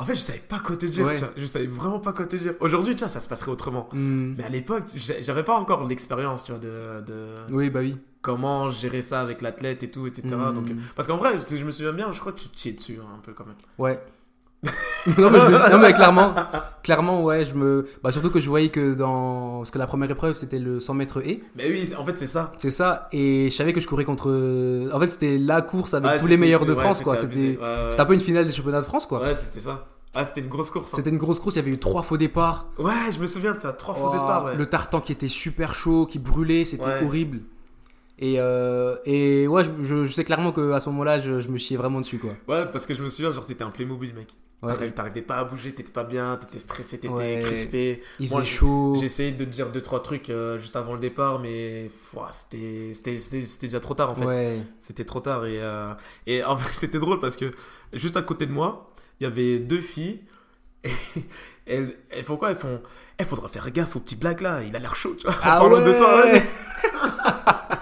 S1: En fait, je savais pas quoi te dire,
S2: Ouais.
S1: tu vois. Je savais vraiment pas quoi te dire. Aujourd'hui, tu vois, ça se passerait autrement.
S2: Hmm.
S1: Mais à l'époque, j'a- j'avais pas encore l'expérience, tu vois, de, de
S2: Oui, bah oui.
S1: comment gérer ça avec l'athlète et tout, etc.
S2: Mm.
S1: Donc, euh, parce qu'en vrai, si je me souviens bien, je crois que tu te chiais dessus hein, un peu quand même.
S2: Ouais. non, mais je me- non, mais clairement, clairement, ouais, je me. Bah, surtout que je voyais que dans. Parce que la première épreuve, c'était le 100 mètres et.
S1: Mais oui, c'est- en fait, c'est ça.
S2: C'est ça. Et je savais que je courais contre. En fait, c'était la course avec
S1: Ah,
S2: tous
S1: c'était-
S2: les meilleurs de
S1: ouais,
S2: France, quoi.
S1: abusé.
S2: C'était
S1: Ouais, ouais.
S2: c'était un peu une finale des championnats de France, quoi.
S1: Ouais, c'était ça. Ah, c'était une grosse course. hein.
S2: C'était une grosse course, il y avait eu trois faux départs.
S1: Ouais, je me souviens de ça. Trois fois au
S2: Oh,
S1: départ, ouais.
S2: Le tartan qui était super chaud, qui brûlait, c'était
S1: Ouais.
S2: horrible. Et, euh, et ouais, je, je- je sais clairement qu'à ce moment-là, je, je me chiais vraiment dessus, quoi.
S1: Ouais, parce que je me souviens, genre, t'étais un Playmobil, mec.
S2: Ouais.
S1: T'arri- T'arrivais pas à bouger, t'étais pas bien, t'étais stressé, t'étais
S2: Ouais. Oh.
S1: crispé.
S2: Il
S1: Moi,
S2: faisait
S1: je-
S2: chaud.
S1: J'ai essayé de te dire deux, trois trucs euh, juste avant le départ, mais ouah, c'était c'était- c'était- c'était déjà trop tard en fait.
S2: Ouais.
S1: C'était trop tard et, euh, et en fait, c'était drôle parce que juste à côté de moi, il y avait deux filles. Et elles, elles font quoi Elles font Eh, faudra faire gaffe au petit blague là, il a l'air chaud, tu vois.
S2: Ah
S1: en parlant de toi, ouais.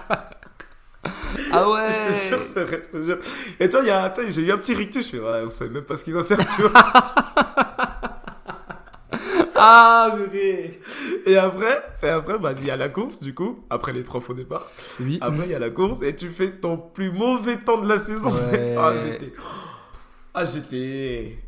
S2: ah
S1: Je te
S2: ouais
S1: jure, c'est vrai, je te jure. Et toi, il y a- tu sais, j'ai eu un petit rictus, je fais Ouais, vous savez même pas ce qu'il va faire, tu vois.
S2: Ah purée
S1: Et après, et après, bah, il y a la course, du coup, après les trois faux départs.
S2: Oui.
S1: Après, il y a la course et tu fais ton plus mauvais temps de la saison.
S2: Ouais.
S1: Ah, j'étais. Ah, j'étais.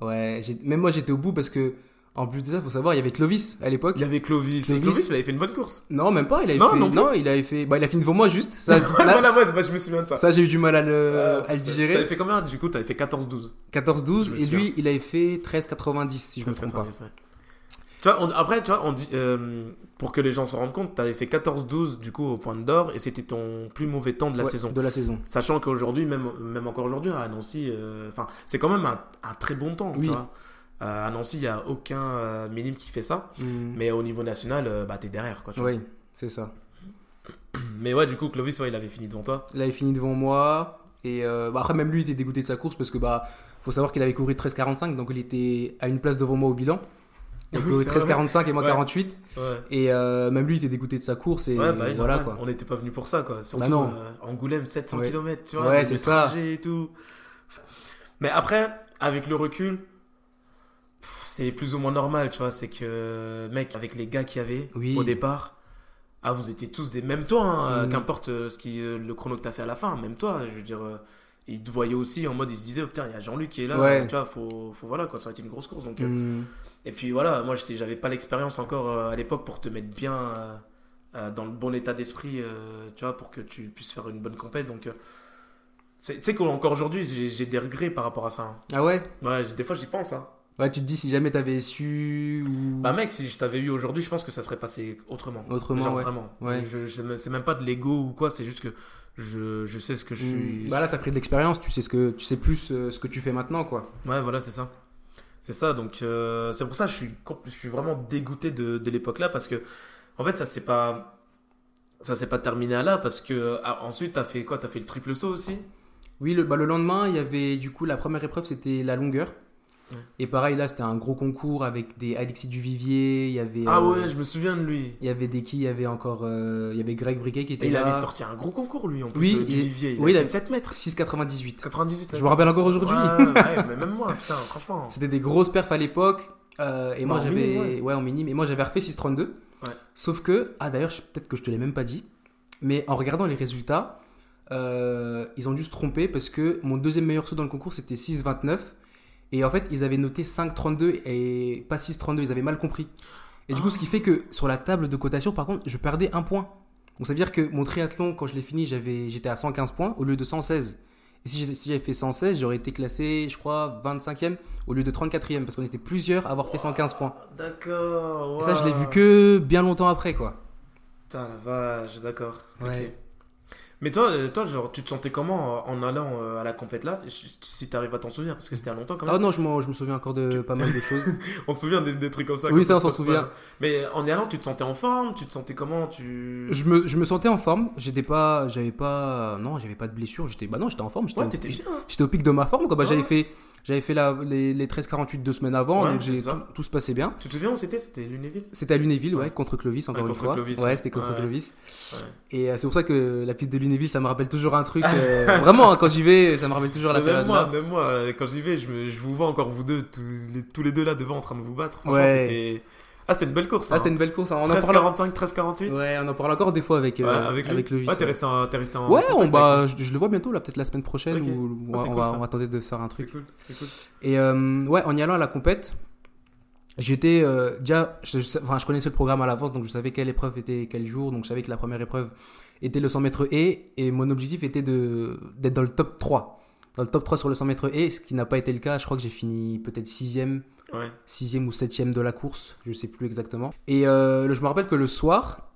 S2: Ouais, j'ai- même moi j'étais au bout parce que, en plus de ça, faut savoir, il y avait Clovis à l'époque.
S1: Il y avait Clovis.
S2: Clovis.
S1: Et Clovis, il avait fait une bonne course.
S2: Non, même pas, il avait
S1: Non,
S2: fait.
S1: non plus.
S2: il avait fait. Bah, il a fini devant moi juste. Ça, là-
S1: voilà, ouais, bah, je me souviens de ça.
S2: ça, j'ai eu du mal à le,
S1: Euh,
S2: à le
S1: T'avais
S2: digérer.
S1: fait combien du coup T'avais fait 14-12. Je
S2: 14-12,
S1: me
S2: et
S1: souviens.
S2: lui, il avait fait 13,90 si je me trompe pas.
S1: 13-90, ouais. Tu vois, on- après, tu vois, on dit, euh, pour que les gens s'en rendent compte, t'avais fait 14-12 du coup au point de d'or et c'était ton plus mauvais temps de la
S2: Ouais,
S1: saison.
S2: De la saison.
S1: Sachant qu'aujourd'hui, même, même encore aujourd'hui, à Nancy, euh, enfin, c'est quand même un, un très bon temps.
S2: Oui.
S1: Tu vois. Euh, à Nancy, il n'y a aucun euh, minime qui fait ça.
S2: Mm.
S1: Mais au niveau national, euh, bah, t'es derrière. Quoi, tu vois.
S2: Oui, c'est ça.
S1: Mais ouais, du coup, Clovis, ouais, il avait fini devant toi.
S2: Là, il finit devant moi. Et euh, bah, après, même lui, il était dégoûté de sa course parce que bah, faut savoir qu'il avait couru 13,45, donc il était à une place devant moi au bilan. Il a
S1: Oui,
S2: couru
S1: c'est vrai.
S2: 13,45 et moi
S1: Ouais.
S2: 48.
S1: Ouais,
S2: Et euh, même lui, il était dégoûté de sa course. Et
S1: ouais bah, oui,
S2: voilà
S1: normal.
S2: quoi. Bah,
S1: On n'était pas venu pour ça, quoi. Surtout
S2: non.
S1: euh, Angoulême, 700
S2: Ouais.
S1: km, tu vois.
S2: Ouais,
S1: le
S2: c'est ça.
S1: trajet Et tout. Mais après, avec le recul, pff, c'est plus ou moins normal, tu vois. C'est que, mec, avec les gars qu'il y avait
S2: Oui.
S1: au départ, ah, vous étiez tous des. Même toi, hein, euh,
S2: Mm.
S1: qu'importe euh, ce qui, euh, le chrono que t'as fait à la fin, même toi, je veux dire. euh, ils te voyaient aussi en mode, ils se disaient, oh, putain, il y a Jean-Luc qui est là,
S2: Ouais.
S1: tu vois, faut, faut voilà, quoi, ça aurait été une grosse course. Donc, euh,
S2: Mm.
S1: Et puis voilà, moi j'étais- j'avais pas l'expérience encore euh, à l'époque pour te mettre bien euh, euh, dans le bon état d'esprit, euh, tu vois, pour que tu puisses faire une bonne compète. Donc, euh, c'est- tu sais qu'encore aujourd'hui, j'ai j'ai des regrets par rapport à ça. hein.
S2: Ah ouais
S1: Ouais, j- des fois j'y pense. Hein.
S2: Ouais, tu te dis si jamais t'avais su ou.
S1: Bah mec, si je t'avais eu aujourd'hui, je pense que ça serait passé autrement.
S2: Autrement,
S1: Genre,
S2: ouais.
S1: vraiment.
S2: Ouais.
S1: Je, je- c'est même pas de l'ego ou quoi, c'est juste que je, je sais ce que je suis.
S2: Mm. Bah là, t'as pris de l'expérience, tu sais ce que tu sais plus euh, ce que tu fais maintenant quoi.
S1: Ouais, voilà, c'est ça. C'est ça, donc euh, c'est pour ça que je suis, compl- je suis vraiment dégoûté de, de l'époque là parce que, en fait, ça s'est pas. Ça s'est pas terminé à là parce que ah, ensuite t'as fait quoi T'as fait le triple saut aussi
S2: Oui, le, bah, le lendemain, il y avait du coup la première épreuve, c'était la longueur.
S1: Ouais.
S2: Et pareil, là, c'était un gros concours avec des Alexis Duvivier, il y avait.
S1: Ah
S2: euh,
S1: ouais, je me souviens de lui.
S2: Il y avait des qui, il y avait encore, euh, il y avait Greg Briquet qui était
S1: Et il
S2: là.
S1: avait sorti un gros concours lui en plus
S2: Oui,
S1: euh, du
S2: il-
S1: vivier.
S2: oui, il
S1: a
S2: avait-
S1: fait 7 mètres.
S2: 6,98.
S1: 98 là.
S2: Je me rappelle encore aujourd'hui.
S1: Ouais, ouais, ouais, mais même moi, putain, franchement.
S2: C'était des grosses perfs à l'époque. euh, et
S1: Ouais,
S2: moi
S1: en
S2: j'avais,
S1: minime,
S2: ouais.
S1: ouais.
S2: en minime. Et moi j'avais refait 6,32.
S1: Ouais.
S2: Sauf que, ah d'ailleurs, je- peut-être que je te l'ai même pas dit, mais en regardant les résultats, euh, ils ont dû se tromper parce que mon deuxième meilleur saut dans le concours c'était 6,29. Et en fait, ils avaient noté 5,32 et pas 6,32. Ils avaient mal compris. Et du coup, ce qui fait que sur la table de cotation, par contre, je perdais un point. Donc ça veut dire que mon triathlon, quand je l'ai fini, j'avais, j'étais à 115 points au lieu de 116. Et si j'avais, si j'avais fait 116, j'aurais été classé, je crois, 25e au lieu de 34e parce qu'on était plusieurs à avoir fait 115 points.
S1: D'accord.
S2: Et ça, je l'ai
S1: waouh.
S2: vu que bien longtemps après, quoi.
S1: Putain, la vache, d'accord.
S2: Ouais.
S1: Ok. Mais toi, euh, toi, genre, tu te sentais comment euh, en allant euh, à la compète là Si si t'arrives à t'en souvenir, parce que c'était à longtemps quand
S2: Ah
S1: même.
S2: non, je, m'en- je me souviens encore de pas mal de choses.
S1: On se souvient des, des trucs comme ça.
S2: Oui,
S1: quand
S2: ça, on
S1: se
S2: s'en
S1: passe pas.
S2: souvient.
S1: Mais euh, en y allant, tu te sentais en forme Tu te sentais comment Tu.
S2: je, me, je me sentais en forme. J'étais pas, j'avais pas, non, j'avais pas de blessure. J'étais, bah non, j'étais en forme. J'étais
S1: Ouais,
S2: au-
S1: t'étais bien. hein.
S2: J'étais au pic de ma forme. Quoi. Bah,
S1: Ouais,
S2: j'avais
S1: ouais.
S2: fait, j'avais fait la, les, les 13-48 deux semaines avant.
S1: Ouais,
S2: donc
S1: c'est
S2: j'ai-
S1: ça.
S2: tout se passait bien.
S1: Tu te souviens où c'était C'était Lunéville
S2: C'était à Lunéville, ouais,
S1: Ouais.
S2: contre Clovis, encore
S1: Ouais,
S2: une
S1: contre
S2: fois.
S1: Clovis.
S2: Ouais, c'était contre
S1: Ouais.
S2: Clovis.
S1: Ouais.
S2: Et euh, c'est pour ça que la piste de Lunéville, ça me rappelle toujours un truc. euh, vraiment, hein, quand j'y vais, ça me rappelle toujours la
S1: Mais Même
S2: période.
S1: moi,
S2: là.
S1: même moi, euh, quand j'y vais, je, me- je vous vois encore vous deux, tous les, tous les deux là devant en train de vous battre. Franchement,
S2: Ouais.
S1: c'était- Ah, c'était une belle course.
S2: Ah, c'était une belle course. hein. On en parle.
S1: 13-45, 13-48
S2: Ouais, on en parle encore des fois avec
S1: Ouais,
S2: euh,
S1: avec, lui.
S2: Clovis.
S1: Ouais, t'es
S2: ouais.
S1: resté en. T'es resté en
S2: Ouais,
S1: contact
S2: on,
S1: avec lui.
S2: bah, je, je le vois bientôt, là, peut-être la semaine prochaine,
S1: Ok.
S2: ou
S1: Ah,
S2: on,
S1: c'est
S2: on
S1: cool,
S2: va,
S1: ça.
S2: on va tenter de faire un
S1: C'est
S2: truc.
S1: cool, c'est cool.
S2: Et euh, ouais, en y allant à la compète, j'étais euh, déjà, je, je- enfin, je connaissais le programme à l'avance, donc je savais quelle épreuve était quel jour, donc je savais que la première épreuve était le 100 mètres et, et mon objectif était de d'être dans le top 3. Dans le top 3 sur le 100 mètres et, ce qui n'a pas été le cas, je crois que j'ai fini peut-être 6ème,
S1: Ouais.
S2: 6ème ou 7ème de la course, je sais plus exactement. Et euh, le- je me rappelle que le soir,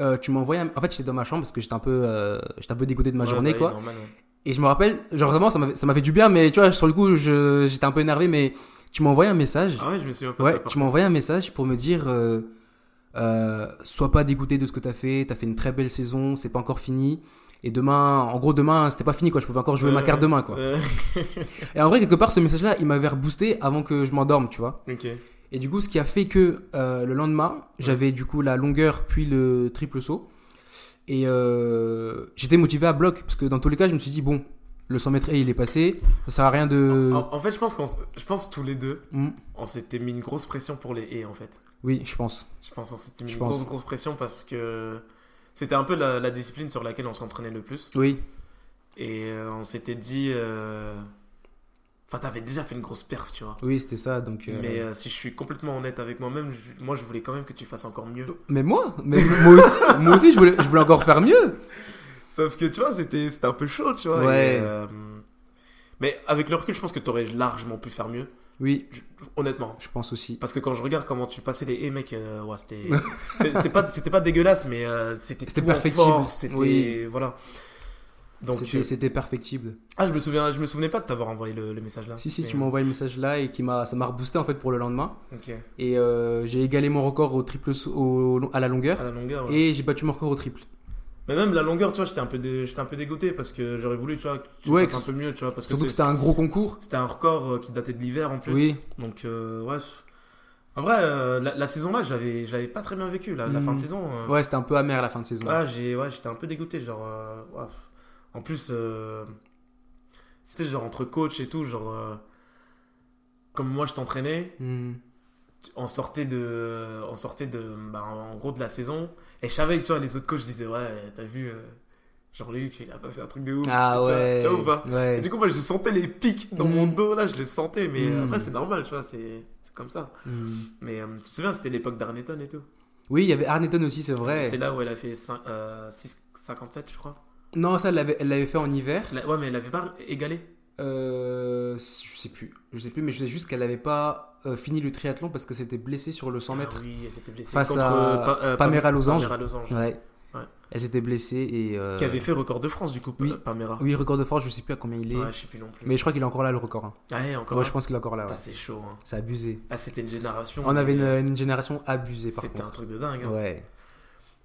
S2: euh, tu m'as envoyé un- En fait, j'étais dans ma chambre parce que j'étais un, peu, euh, j'étais un peu dégoûté de ma
S1: Ouais,
S2: journée,
S1: bah,
S2: quoi.
S1: normal, ouais.
S2: Et je me rappelle, genre vraiment, ça m'avait ça m'avait du bien, mais tu vois, sur le coup, je- j'étais un peu énervé, mais tu m'as envoyé un message.
S1: Ah ouais, je me souviens pas de
S2: ouais,
S1: ça, par
S2: tu m'as envoyé un message pour me dire, euh, euh, sois pas dégoûté de ce que t'as fait, t'as fait une très belle saison, c'est pas encore fini. Et demain, en gros, demain, c'était pas fini, quoi. Je pouvais encore jouer
S1: Ouais,
S2: ma carte
S1: ouais.
S2: demain, quoi.
S1: Euh,
S2: Et en vrai, quelque part, ce message-là, il m'avait reboosté avant que je m'endorme, tu vois.
S1: ok.
S2: Et du coup, ce qui a fait que euh, le lendemain, j'avais du coup la longueur puis le triple saut. Et euh, j'étais motivé à bloc parce que dans tous les cas, je me suis dit, bon, le 100 mètres, hey, il est passé, ça sert à rien de.
S1: En, en fait, je pense qu'on, s- je pense tous les deux,
S2: Mm.
S1: on s'était mis une grosse pression pour les et en fait.
S2: Oui, je pense.
S1: Je pense qu'on s'était mis
S2: Je
S1: une
S2: pense.
S1: grosse, grosse pression parce que c'était un peu la, la discipline sur laquelle on s'entraînait le plus.
S2: Oui,
S1: Et euh, on s'était dit. euh, Enfin, t'avais déjà fait une grosse perf, tu vois.
S2: oui, c'était ça. Donc, euh,
S1: Mais euh, si je suis complètement honnête avec moi-même, je- moi je voulais quand même que tu fasses encore mieux.
S2: mais moi, mais moi aussi, moi aussi, je voulais, je voulais encore faire mieux.
S1: Sauf que tu vois, c'était c'était un peu chaud, tu vois.
S2: Ouais.
S1: et, euh, mais avec le recul, je pense que t'aurais largement pu faire mieux,
S2: Oui,
S1: Je- honnêtement.
S2: je pense aussi.
S1: Parce que quand je regarde comment tu passais les et mec, euh, ouais, c'était c'est- c'est pas c'était pas dégueulasse, mais euh, c'était
S2: C'était
S1: tout en
S2: perfectible,
S1: force, c'était
S2: oui.
S1: voilà. Donc
S2: C'était
S1: euh,
S2: c'était perfectible.
S1: ah, je me souviens, je me souvenais pas de t'avoir envoyé le, le message là.
S2: Si, si,
S1: Mais, euh,
S2: tu m'as envoyé le message là et qui m'a, ça m'a reboosté en fait pour le lendemain.
S1: Ok.
S2: Et euh, j'ai égalé mon record au triple saut, au- à la
S1: À
S2: longueur
S1: la longueur. ouais.
S2: et j'ai battu mon record au triple.
S1: Mais même la longueur, tu vois, j'étais un peu dé- j'étais un peu dégoûté parce que j'aurais voulu, tu vois, que tu
S2: Ouais,
S1: fasses un peu mieux, tu vois, parce que
S2: Surtout que
S1: c'est-
S2: c'était un gros concours.
S1: c'était un record euh, qui datait de l'hiver en plus.
S2: Oui,
S1: Donc, euh, ouais. En vrai, euh, la, la saison là, je l'avais je l'avais pas très bien vécu. La, la
S2: Mm.
S1: fin de saison. euh,
S2: ouais, c'était un peu amer à la fin de saison.
S1: ah, j'ai- ouais, j'étais un peu dégoûté. Genre, euh, ouais. En plus, euh, c'était genre entre coach et tout. Genre, euh, comme moi je t'entraînais,
S2: Hmm.
S1: tu- on sortait de. On sortait de. bah, en gros, de la saison. Et je savais que tu vois, les autres coachs disaient, ouais, t'as vu, euh, Jean-Luc, il a pas fait un truc de ouf.
S2: Ah
S1: Tu vois-
S2: ouais.
S1: Tu vois ou pas
S2: Ouais.
S1: hein. et du coup, moi, je sentais les pics dans
S2: Mm.
S1: mon dos, là, je le sentais, mais euh,
S2: Mm.
S1: après, c'est normal, tu vois, c'est c'est comme ça.
S2: Hmm.
S1: Mais euh, tu te souviens, c'était l'époque d'Arneton et tout.
S2: Oui, il y avait Arneton aussi, c'est vrai.
S1: C'est là où elle a fait cinq- euh, 6,57, je crois.
S2: Non, ça, elle l'avait elle l'avait fait en hiver.
S1: La- ouais, mais elle avait pas égalé.
S2: Euh, je sais plus. Je sais plus, mais je sais juste qu'elle n'avait pas euh, fini le triathlon parce que c'était blessée sur le 100
S1: Ah
S2: mètres.
S1: oui, elle s'était blessée
S2: Face
S1: contre
S2: à
S1: euh, Pa- euh, Pam-
S2: Pamela Losange.
S1: Pamela Losange,
S2: Ouais.
S1: Ouais.
S2: Elle s'était blessée et. euh,
S1: Qui avait fait record de France, du coup,
S2: oui.
S1: euh, Pamela.
S2: Oui, record de force, je sais plus à combien il est.
S1: Ouais, je sais plus non plus.
S2: Mais je crois qu'il est encore là le record. hein.
S1: Ah, ouais, encore.
S2: Ouais,
S1: un.
S2: je pense qu'il est encore là. ouais.
S1: Putain, c'est chaud. hein.
S2: C'est abusé.
S1: Ah, c'était une génération.
S2: On avait une, une génération abusée par
S1: C'était un
S2: contre.
S1: truc de dingue. hein.
S2: Ouais.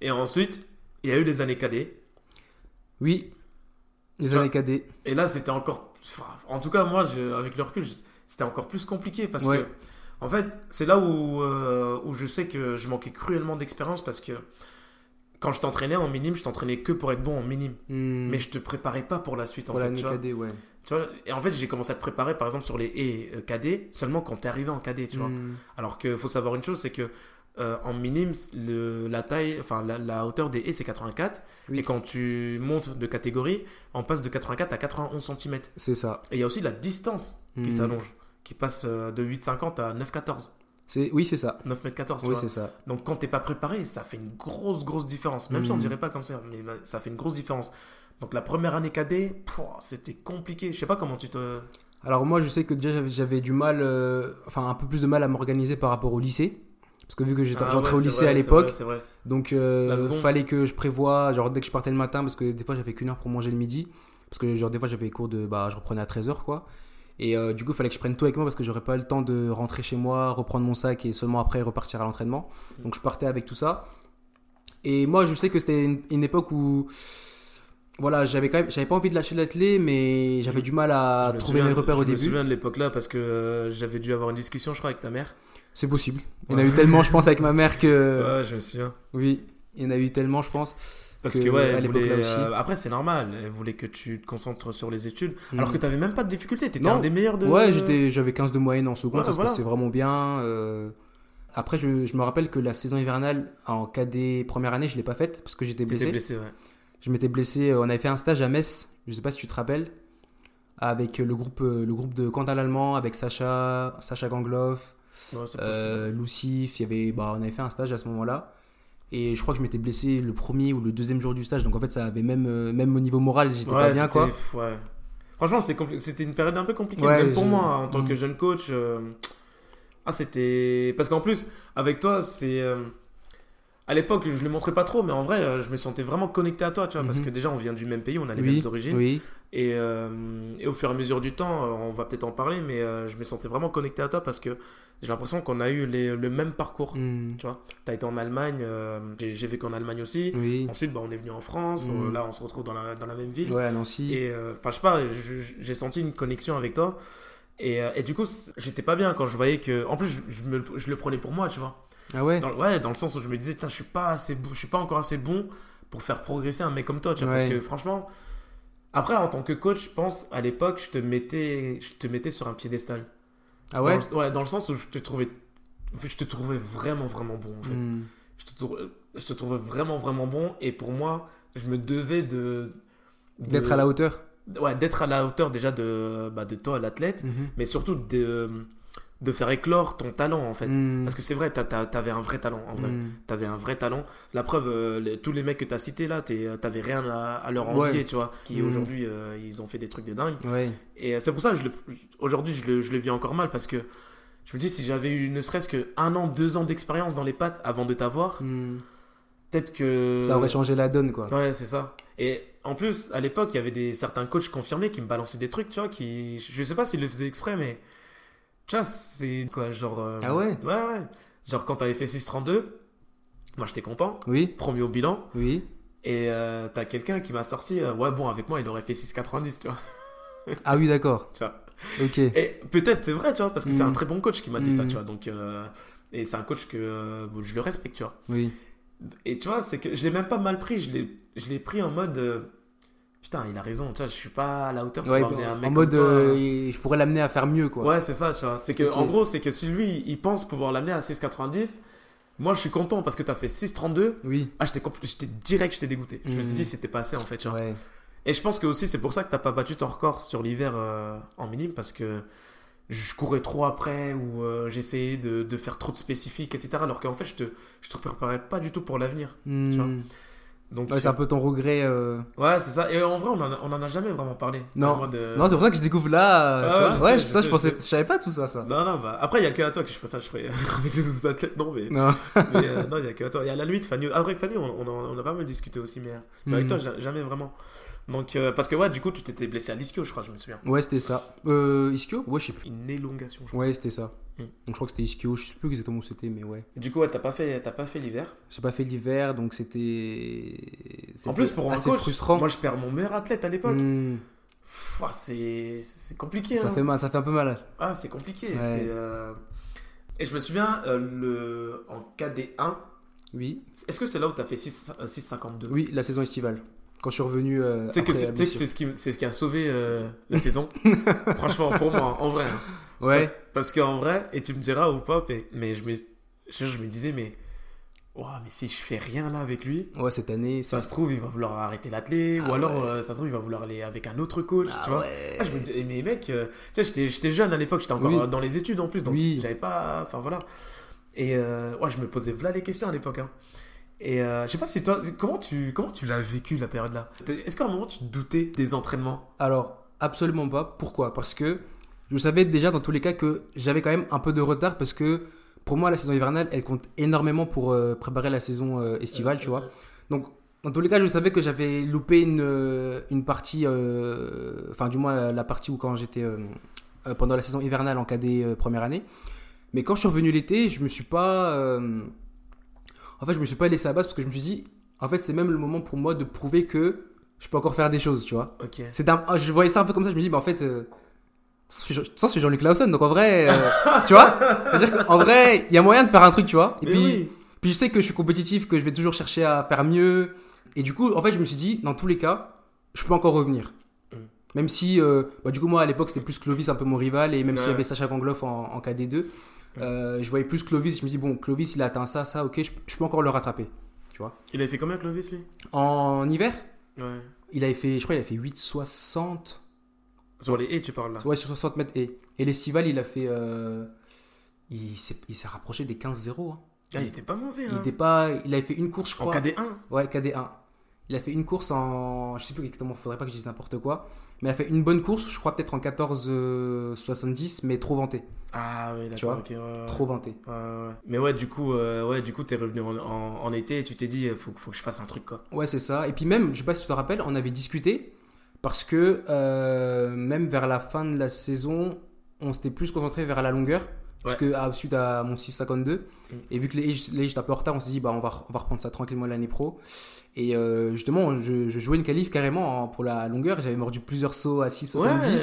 S1: Et ensuite, il y a eu les années cadets.
S2: Oui. Les
S1: Tu
S2: années cadets.
S1: Et là, c'était encore. enfin, En tout cas, moi, je- avec le recul, je- c'était encore plus compliqué parce
S2: Ouais.
S1: que, en fait, c'est là où, euh, où je sais que je manquais cruellement d'expérience parce que quand je t'entraînais en minime, je t'entraînais que pour être bon en minime.
S2: Hmm.
S1: Mais je te préparais pas pour la suite, en
S2: pour
S1: fait.
S2: l'année
S1: Tu vois.
S2: cadet, ouais.
S1: Tu vois, et en fait, j'ai commencé à te préparer, par exemple, sur les et euh, cadets seulement quand t'es arrivé en cadet, tu vois.
S2: Hmm.
S1: Alors qu'il faut savoir une chose, c'est que. euh, en minime, le- la taille, enfin la, la hauteur des haies c'est 84
S2: Oui.
S1: et quand tu montes de catégorie, on passe de 84 à 91 cm.
S2: C'est ça.
S1: Et il y a aussi la distance qui
S2: Hmm.
S1: s'allonge, qui passe euh, de 8,50 à 9,14.
S2: C'est- Oui, c'est ça.
S1: 9 m 14, tu
S2: Oui,
S1: vois.
S2: c'est ça.
S1: Donc quand t'es pas préparé, ça fait une grosse, grosse différence. Même si on
S2: Mm.
S1: dirait pas comme ça, mais bah, ça fait une grosse différence. Donc la première année cadet, pouah, c'était compliqué. Je sais pas comment tu te.
S2: Alors moi, je sais que déjà j'avais- j'avais du mal, euh, enfin un peu plus de mal à m'organiser par rapport au lycée, Parce que vu que j'étais
S1: Ah
S2: j'entrais
S1: ouais,
S2: au
S1: c'est
S2: lycée
S1: vrai,
S2: à
S1: c'est
S2: l'époque,
S1: vrai, C'est vrai.
S2: donc
S1: La
S2: euh,
S1: seconde.
S2: fallait que je prévoie, genre dès que je partais le matin, parce que des fois j'avais qu'une heure pour manger le midi, parce que genre des fois j'avais cours de, bah je reprenais à 13h quoi. Et euh, du coup, il fallait que je prenne tout avec moi parce que j'aurais pas le temps de rentrer chez moi, reprendre mon sac et seulement après repartir à l'entraînement. Donc je partais avec tout ça. Et moi, je sais que c'était une, une époque où voilà, j'avais quand même j'avais pas envie de lâcher l'athlé mais j'avais du mal à
S1: Je me
S2: trouver
S1: souviens-
S2: mes repères au
S1: Je me
S2: début.
S1: souviens de l'époque là parce que euh, j'avais dû avoir une discussion, je crois, avec ta mère.
S2: C'est possible. Il y en a eu tellement je pense avec ma mère que
S1: Ouais, je me souviens.
S2: oui, il y en a eu tellement je pense.
S1: Parce
S2: que,
S1: que, ouais,
S2: à
S1: elle
S2: l'époque,
S1: voulait,
S2: là aussi.
S1: euh, après c'est normal, elle voulait que tu te concentres sur les études,
S2: Mhm.
S1: alors que t'avais même pas de difficulté, t'étais
S2: Non.
S1: un des meilleurs de...
S2: Ouais, j'étais, j'avais 15 de moyenne en seconde,
S1: Ouais,
S2: ça se
S1: voilà.
S2: passait vraiment bien. euh. Après, je, je me rappelle que la saison hivernale en KD première année, je l'ai pas faite parce que j'étais
S1: T'étais
S2: blessé.
S1: blessé, ouais.
S2: Je m'étais blessé. euh, On avait fait un stage à Metz, je sais pas si tu te rappelles, avec euh, le groupe, euh, le groupe de Quentin l'Allemand, avec Sacha, Sacha Gangloff,
S1: Ouais, c'est
S2: euh, Lucif. Il y avait, bah, on avait fait un stage à ce moment-là. Et je crois que je m'étais blessé le premier ou le deuxième jour du stage. Donc en fait, ça avait même, euh, même au niveau moral, j'étais
S1: possible.
S2: pas
S1: Ouais,
S2: bien quoi.
S1: c'était- ouais. Franchement, c'était compli- c'était une période un peu compliquée,
S2: Ouais,
S1: même pour
S2: je-
S1: moi, hein, en tant que
S2: Mhm.
S1: jeune coach. euh, Ah, c'était... Parce qu'en plus, avec toi, c'est... euh, À l'époque, je le montrais pas trop, mais en vrai, euh, je me sentais vraiment connecté à toi, tu vois, parce
S2: Mhm.
S1: que déjà, on vient du même pays, on a les
S2: Oui,
S1: mêmes origines.
S2: oui.
S1: Et, euh, et au fur et à mesure du temps, euh, on va peut-être en parler, mais euh, je me sentais vraiment connecté à toi parce que j'ai l'impression qu'on a eu les- le même parcours.
S2: Mm,
S1: Tu vois, t'as été en Allemagne, euh, j'ai j'ai vécu en Allemagne aussi.
S2: oui.
S1: Ensuite, bah, on est venu en France,
S2: Mm.
S1: on- là on se retrouve dans la, dans la même ville.
S2: Ouais, à Nancy.
S1: Et euh, enfin, je sais pas, je- j'ai senti une connexion avec toi. Et, euh, et du coup, c'est- j'étais pas bien quand je voyais que. En plus, je, je me le- je le prenais pour moi, tu vois.
S2: Ah ouais.
S1: Dans, ouais, dans le sens où je me disais, putain, je suis pas assez, bon- je suis pas encore assez bon pour faire progresser un mec comme toi, tu vois,
S2: Ouais.
S1: parce que franchement, après, en tant que coach, je pense, à l'époque, je te mettais, je te mettais sur un piédestal.
S2: Ah ouais.
S1: dans le, ouais, dans le sens où je te trouvais, je te trouvais vraiment, vraiment bon, en fait.
S2: Hmm.
S1: Je, te trou- je te trouvais vraiment, vraiment bon, et pour moi, je me devais de. de-
S2: D'être à la hauteur.
S1: Ouais, d'être à la hauteur déjà de, bah, de toi, l'athlète,
S2: Mhm.
S1: mais surtout de, de faire éclore ton talent, en fait.
S2: Hmm.
S1: Parce que c'est vrai, t'as- t'as- t'avais un vrai talent, en vrai.
S2: Hmm.
S1: T'avais un vrai talent. La preuve, euh, les- tous les mecs que t'as cités là, t'es- euh, t'avais rien à, à leur envier,
S2: Ouais.
S1: tu vois. Qui
S2: Mhm.
S1: aujourd'hui, euh, ils ont fait des trucs de dingue.
S2: Hmm. Ouais.
S1: Et euh, c'est pour ça que je le- aujourd'hui, je le, je le vis encore mal parce que je me dis, si j'avais eu ne serait-ce que un an, deux ans d'expérience dans les pattes avant de t'avoir,
S2: Hmm.
S1: peut-être que.
S2: Ça aurait changé la donne, quoi.
S1: Ouais, c'est ça. Et en plus, à l'époque, il y avait des, certains coachs confirmés qui me balançaient des trucs, tu vois, qui. Je sais pas s'ils le faisaient exprès, mais. Tu vois, c'est quoi, genre. euh,
S2: Ah ouais
S1: Ouais, ouais. Genre quand t'avais fait 632, moi j'étais content,
S2: Oui.
S1: premier au bilan.
S2: Oui.
S1: Et euh, t'as quelqu'un qui m'a sorti, euh, ouais, bon, avec moi, il aurait fait 6,90, tu vois.
S2: Ah oui, d'accord.
S1: Tu vois.
S2: Ok.
S1: Et peut-être c'est vrai, tu vois, parce que c'est
S2: Mm.
S1: un très bon coach qui m'a dit ça,
S2: Mm.
S1: tu vois. Donc, euh, et c'est un coach que euh, bon, je le respecte, tu vois.
S2: Oui.
S1: Et tu vois, c'est que je l'ai même pas mal pris, je l'ai- je l'ai pris en mode, euh, putain, il a raison, tu vois, je suis pas à la hauteur pour
S2: Ouais, bah,
S1: emmener un mec
S2: en
S1: comme
S2: mode,
S1: toi.
S2: euh, il- je pourrais l'amener à faire mieux, quoi.
S1: Ouais, c'est ça, tu vois. C'est que,
S2: Ok.
S1: en gros, c'est que si lui, il pense pouvoir l'amener à 6,90, moi je suis content parce que t'as fait 6,32.
S2: Oui.
S1: Ah, j'étais compl- j'étais direct, j'étais dégoûté. Je me suis
S2: Mm.
S1: dit, c'était pas assez en fait. Tu vois.
S2: Ouais.
S1: Et je pense que aussi, c'est pour ça que t'as pas battu ton record sur l'hiver euh, en minime parce que je courais trop après ou euh, j'essayais de, de faire trop de spécifiques, etc. Alors qu'en fait, je te, je te préparais pas du tout pour l'avenir.
S2: Hmm.
S1: Tu vois. Donc,
S2: Ouais, c'est un peu ton regret.
S1: euh,
S2: euh.
S1: ouais, c'est ça. Et en vrai, on en a, on en a jamais vraiment parlé.
S2: Non.
S1: En mode, euh,
S2: Non, c'est pour ça que je découvre là. euh,
S1: Ah
S2: tu
S1: ouais,
S2: vois.
S1: je
S2: ouais,
S1: sais, je
S2: ça, je,
S1: sais, je
S2: pensais,
S1: sais.
S2: je savais pas tout ça, ça.
S1: non, non, bah, après, il y a que à toi que je fais ça, je ferai avec les autres athlètes, non, mais,
S2: Non.
S1: mais, euh, non, il y a que à toi. Il y a la limite, Fanny. Après, avec Fanny, on, on, en- on a pas mal discuté aussi, mais, euh, mais avec
S2: Hmm.
S1: toi, ja- jamais vraiment. Donc, euh, parce que, ouais, du coup, tu t'étais blessé à l'ischio, je crois, je me souviens.
S2: Ouais, c'était ça. Euh, Ischio Ouais, je sais plus.
S1: Une élongation, je crois.
S2: Ouais, c'était ça.
S1: Hmm.
S2: Donc je crois que c'était Ischio, je sais plus exactement où c'était, mais ouais.
S1: Et Du coup, ouais, t'as pas fait, t'as pas fait l'hiver.
S2: J'ai pas fait l'hiver, donc c'était.
S1: En
S2: c'était
S1: plus, pour un
S2: assez
S1: coach,
S2: frustrant.
S1: moi, je perds mon meilleur athlète à l'époque.
S2: Hmm.
S1: Pff, ah, c'est, c'est compliqué.
S2: Ça
S1: hein.
S2: fait mal, ça fait un peu mal.
S1: Ah, c'est compliqué.
S2: Ouais.
S1: c'est, euh, Et je me souviens, euh, le... en KD1,
S2: Oui,
S1: est-ce que c'est là où t'as fait 6, euh, 6,52
S2: oui, la saison estivale. Quand je suis revenu. euh,
S1: Tu sais que
S2: après
S1: c'est
S2: la
S1: tu sais que
S2: blessure.
S1: c'est ce, qui, c'est ce qui a sauvé euh, la saison. Franchement, pour moi, en vrai. hein.
S2: Ouais.
S1: Parce, parce qu'en vrai, et tu me diras ou pas, mais, mais je, me, je, je me disais, mais, ouah, mais si je fais rien là avec lui,
S2: Ouais, cette année, ça.
S1: ça se trouve, il va vouloir arrêter l'athlé,
S2: Ah
S1: ou alors,
S2: ouais.
S1: euh, ça se trouve, il va vouloir aller avec un autre coach,
S2: Ah
S1: tu vois.
S2: ouais.
S1: Ah, je me dis, mais mec, euh, tu sais, j'étais- j'étais jeune à l'époque, j'étais encore
S2: Oui.
S1: euh, dans les études en plus, donc
S2: Oui.
S1: j'avais pas. Enfin voilà. Et euh, ouais, je me posais voilà les questions à l'époque. hein. Et euh, je sais pas si toi, comment tu, comment tu l'as vécu la période là T'es- Est-ce qu'à un moment tu doutais des entraînements
S2: Alors, absolument pas. Pourquoi Parce que je savais déjà dans tous les cas que j'avais quand même un peu de retard parce que pour moi, la saison hivernale, elle compte énormément pour euh, préparer la saison euh, estivale, tu vois. Donc, dans tous les cas, je savais que j'avais loupé une, euh, une partie, euh, enfin, du moins la partie où quand j'étais euh, euh, pendant la saison hivernale en cadet euh, première année. Mais quand je suis revenu l'été, je me suis pas. euh, en fait, je me suis pas laissé à base parce que je me suis dit, en fait, c'est même le moment pour moi de prouver que je peux encore faire des choses, tu vois.
S1: Ok.
S2: C'est un- ah, je voyais ça un peu comme ça, je me dis, bah en fait, euh, ça, je suis- ça, je suis Jean-Luc Lawson, donc en vrai, euh, tu vois, C'est-à-dire qu'en vrai, il y a moyen de faire un truc, tu vois. Et
S1: Mais
S2: puis,
S1: oui.
S2: puis je sais que je suis compétitif, que je vais toujours chercher à faire mieux. Et du coup, en fait, je me suis dit, dans tous les cas, je peux encore revenir.
S1: Mm.
S2: Même si, euh, bah, du coup, moi à l'époque, c'était plus Clovis un peu mon rival, et même s'il y
S1: Ouais.
S2: avait Sacha Pangloff en, en KD2, euh, je voyais plus Clovis, je me dis, bon, Clovis, il a atteint ça, ça, ok, je, je peux encore le rattraper.
S1: Il avait fait combien Clovis lui
S2: En hiver,
S1: Ouais.
S2: il avait fait, je crois, il avait fait 8,60.
S1: Sur les haies, tu parles là.
S2: Ah. Ouais, sur 60 mètres. Et, et l'estival, il a fait. euh, il s'est il s'est rapproché des 15-0. hein.
S1: Ah, il était pas mauvais.
S2: Il
S1: Hein.
S2: était pas. Il avait fait une course, je
S1: En
S2: crois.
S1: KD1.
S2: Ouais, KD1. Il a fait une course en. Je sais plus exactement, faudrait pas que je dise n'importe quoi. Mais il a fait une bonne course, je crois peut-être en 14-70, mais trop vanté.
S1: Ah oui,
S2: vois
S1: d'accord. ok, ouais, ouais.
S2: Trop vanté.
S1: Ouais, ouais. Mais ouais, du coup, euh, ouais, du coup, t'es revenu en, en- en été et tu t'es dit, euh, faut, faut que je fasse un truc quoi.
S2: Ouais, c'est ça. Et puis même, je sais pas si tu te rappelles, on avait discuté parce que euh, même vers la fin de la saison, on s'était plus concentré vers la longueur. Parce que à, suite à mon 6,52,
S1: Mm.
S2: et vu que les Ages- les Ages étaient un peu en retard, on s'est dit bah, on, va, on va reprendre ça tranquillement l'année pro. Et euh, justement, je, je jouais une qualif carrément en- pour la longueur. J'avais mordu plusieurs sauts à 6,70.